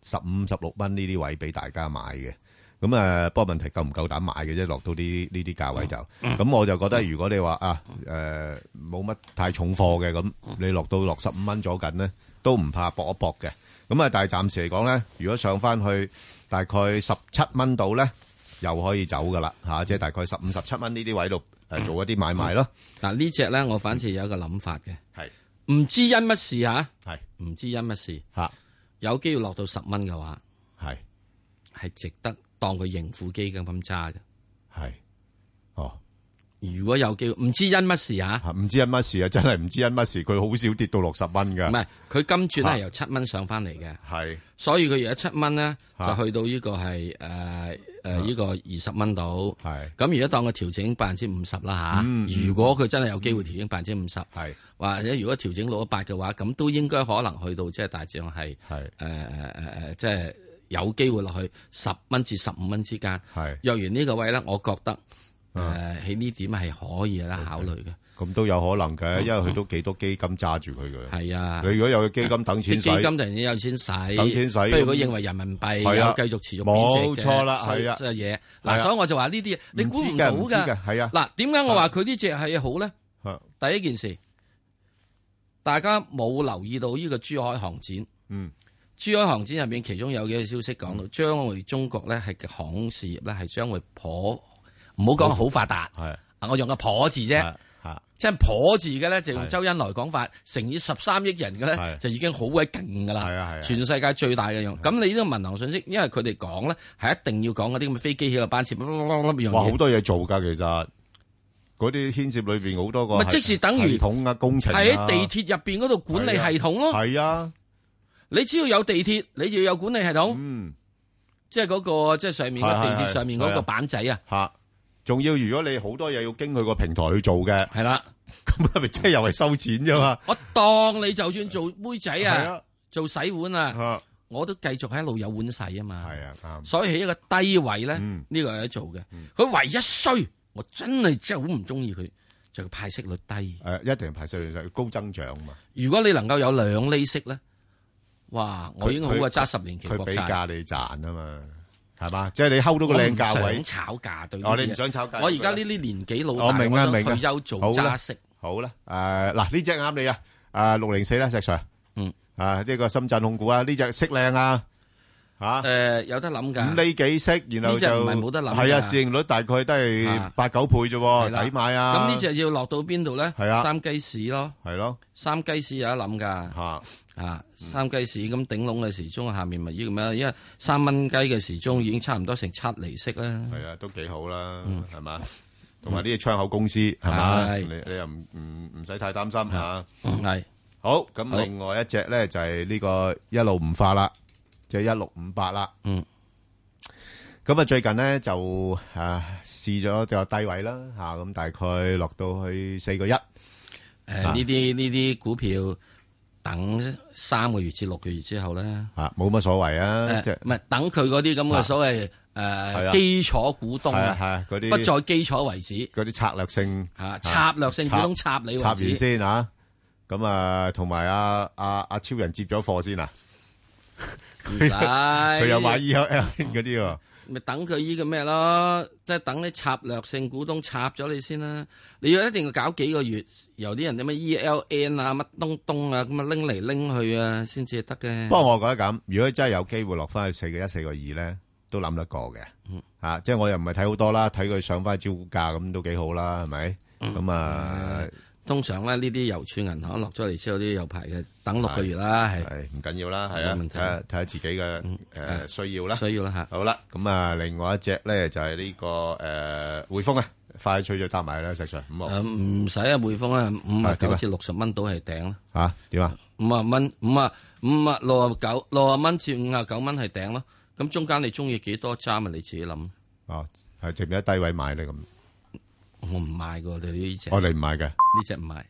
S2: 十五、十六蚊呢啲位俾大家買嘅。咁啊，不過問題夠唔夠膽買嘅啫，落到呢呢啲價位就，咁我就覺得如果你話啊，誒冇乜太重貨嘅，咁你落到落十五蚊左緊咧，都唔怕搏一搏嘅。咁啊，但係暫時嚟講咧，如果上翻去大概十七蚊度咧，又可以走噶啦嚇，
S1: 嗯
S2: 即係大概十五、十七蚊呢啲位度誒做一啲買賣咯。
S1: 嗱呢只咧，我反正有一個諗法嘅，
S2: 係
S1: 唔知因乜事嚇，
S2: 係
S1: 唔知因乜事
S2: 嚇
S1: 有機會落到十蚊嘅話，
S2: 係
S1: 係值得當佢盈富基金咁揸嘅。
S2: 係，哦，
S1: 如果有機會，唔知因乜事啊？
S2: 唔知因乜事啊，真係唔知因乜事，佢好少跌到六十蚊㗎。
S1: 唔係，佢今轉
S2: 啊
S1: 係由七蚊上翻嚟嘅，
S2: 係，
S1: 所以佢而家七蚊咧
S2: 啊
S1: 就去到呢個係誒誒呢個二十蚊度，
S2: 係
S1: 咁而家當佢調整百分之五十啦
S2: 啊嗯
S1: 嚇，如果佢真係有機會調整百分之五十，
S2: 係
S1: 或者如果調整六一八嘅話，咁都應該可能去到即係大致上係
S2: 係
S1: 誒誒誒誒，即係有機會落去十蚊至十五蚊之間。
S2: 係
S1: 若然呢個位咧，我覺得
S2: 啊
S1: 誒喺呢點係可以有得考慮嘅。
S2: 咁都有可能嘅，因為佢都幾多基金揸住佢嘅。
S1: 係啊，
S2: 你如果有個基金等
S1: 啲
S2: 錢
S1: 基
S2: 使，
S1: 金突然有錢使，
S2: 等錢使
S1: 不如佢認為人民幣
S2: 係啊
S1: 有繼續持續貶值嘅
S2: 冇錯啦係啊
S1: 所以嘢
S2: 係啊
S1: 嗱，所以我就話呢啲嘢你估
S2: 唔知
S1: 唔
S2: 㗎
S1: 到
S2: 唔知
S1: 㗎
S2: 㗎。係啊
S1: 嗱，點解我話佢呢只係好咧？第一件事，大家冇留意到呢個珠海航展。
S2: 嗯，
S1: 珠海航展入面，其中有幾個消息講到，將會中國咧係航空事業咧係將會頗唔好講好發達，
S2: 係
S1: 啊，我用個頗字啫。
S2: 嚇
S1: 即係頗字嘅咧，就用
S2: 係
S1: 周恩來講法，乘以十三億人嘅咧
S2: 係，
S1: 就已經好鬼勁噶啦。
S2: 係啊嗯係啊
S1: 全世界最大嘅用。咁你呢個民航信息，因為佢哋講咧，係一定要講嗰啲咁嘅飛機起啊落班次，
S2: 哇，
S1: 哇
S2: 好啊多嘢做㗎，其實嗰啲牽涉裏邊好多個
S1: 咪
S2: 系
S1: 即是等於
S2: 系統啊、工程啊
S1: 係喺地鐵入邊嗰度管理系統咯。
S2: 係啊，
S1: 你只要有地鐵，你就要有管理系統。
S2: 嗯，
S1: 即係嗰個即係上面嗰
S2: 係
S1: 地
S2: 係
S1: 鐵
S2: 係
S1: 上面
S2: 係
S1: 嗰
S2: 啊
S1: 個板仔啊。
S2: 吓，仲要如果你好多嘢要經佢個平台去做嘅， (laughs)
S1: 係啦，
S2: 咁咪即係又係收錢啫嘛。
S1: 我當你就算做妹仔
S2: 係
S1: 啊
S2: 啊，
S1: 做洗碗啊
S2: 啊，
S1: 我都繼續喺度有碗洗啊嘛。
S2: 係啊，啱。
S1: 所以喺一個低位咧，
S2: 嗯
S1: 呢個有得做嘅。佢唯一衰，我真係真係好唔中意佢，就係派息率低。
S2: 誒，一定排除就高增長嘛。
S1: 如果你能夠有兩厘息咧，哇！我已經好
S2: 佢
S1: 過
S2: 佢
S1: 揸十年期
S2: 佢
S1: 國
S2: 俾
S1: 債。
S2: 價你賺啊嘛，係嘛？即係你睺到個靚價
S1: 我唔
S2: 位
S1: 想，炒價對呢啲嘢。
S2: 哦你唔想炒價
S1: 我而家呢啲年紀老
S2: 我
S1: 大，
S2: 明
S1: 我
S2: 啊
S1: 想
S2: 明啊，
S1: 退休做
S2: 好啦
S1: 揸息。
S2: 好啦，誒嗱呢只啱你啊，誒六零四啦，石 Sir，
S1: 嗯，
S2: 啊呢個深圳控股啊，呢只息靚啊，嚇，
S1: 誒有得諗㗎。
S2: 五厘幾息，然
S1: 呢
S2: 後
S1: 隻
S2: 就
S1: 唔係冇得諗㗎
S2: 係啊，市盈率大概都係
S1: 啊
S2: 八九倍啫
S1: 係啦
S2: 喎，抵買啊，
S1: 咁呢只要落到邊度咧？
S2: 係啊
S1: 三雞市咯，
S2: 係咯，
S1: 三雞市有得諗㗎。
S2: 嚇，
S1: 啊，三雞市咁頂籠嘅時鐘下面咪要咁樣，因為三蚊雞嘅時鐘已經差唔多成七厘息啦。
S2: 係啊，都幾好啦，係嘛？同埋呢隻窗口公司係嘛？
S1: 係
S2: 你你又唔唔唔使太擔心嚇。
S1: 係
S2: 好，咁
S1: 好
S2: 另外一隻咧就係呢個一路唔發啦，就一六五八啦。
S1: 嗯。
S2: 咁啊，最近咧就啊試咗就低位啦嚇，咁大概落到去四個一。
S1: 誒呢啲呢啲股票等三個月至六個月之後咧，
S2: 啊，冇乜所謂啊，即
S1: 誒
S2: 係
S1: 唔係等佢嗰啲咁嘅
S2: 啊
S1: 所謂
S2: 係啊
S1: 誒基礎股東
S2: 係啊係啊嗰啲
S1: 不在基礎為止
S2: 嗰啲策略性
S1: 啊，策略性股
S2: 插
S1: 東插你
S2: 插
S1: 為
S2: 完
S1: 止。
S2: 先嚇。咁啊，同埋阿阿阿超人接咗貨先啊，
S1: 唔使
S2: (laughs) 佢又買 E L L 嗰啲喎。
S1: 咪等佢依個咩咯，即係等你策略性股東插咗你先啦。你要一定要搞幾個月，由啲人啲咩 ELN 啊、乜東東啊咁啊拎嚟拎去啊，先至得嘅。
S2: 不過我覺得咁，如果真係有機會落翻去四個一、四個二咧，都諗得過嘅。
S1: 嗯
S2: 啊，即係我又唔係睇好多啦，睇佢上翻招股價咁都幾好啦，係咪？
S1: 嗯
S2: 咁啊，
S1: 通常咧呢啲郵儲銀行落咗嚟之後，呢啲有排嘅等六個月啦，嗯係
S2: 係唔緊要啦，係啊，
S1: 冇問
S2: 睇
S1: 題嗯
S2: 下睇下自己嘅誒需要啦。
S1: 需要啦嚇。
S2: 好啦，咁啊，另外一隻咧就係呢個誒匯豐啊，快脆就搭埋啦，石 Sir 五號
S1: 誒唔使啊，匯豐啊，五啊
S2: 係點
S1: 九
S2: 啊
S1: 至六十蚊到係頂啦，
S2: 嚇點啊？
S1: 五啊蚊五啊五啊六啊九六啊蚊至五啊九蚊係頂咯。咁中間你中意幾多揸咪你自己諗。
S2: 哦，係值唔值得低位買咧？咁哦
S1: 我唔買㗎，對呢只
S2: 我哋唔買嘅，
S1: 呢只唔買。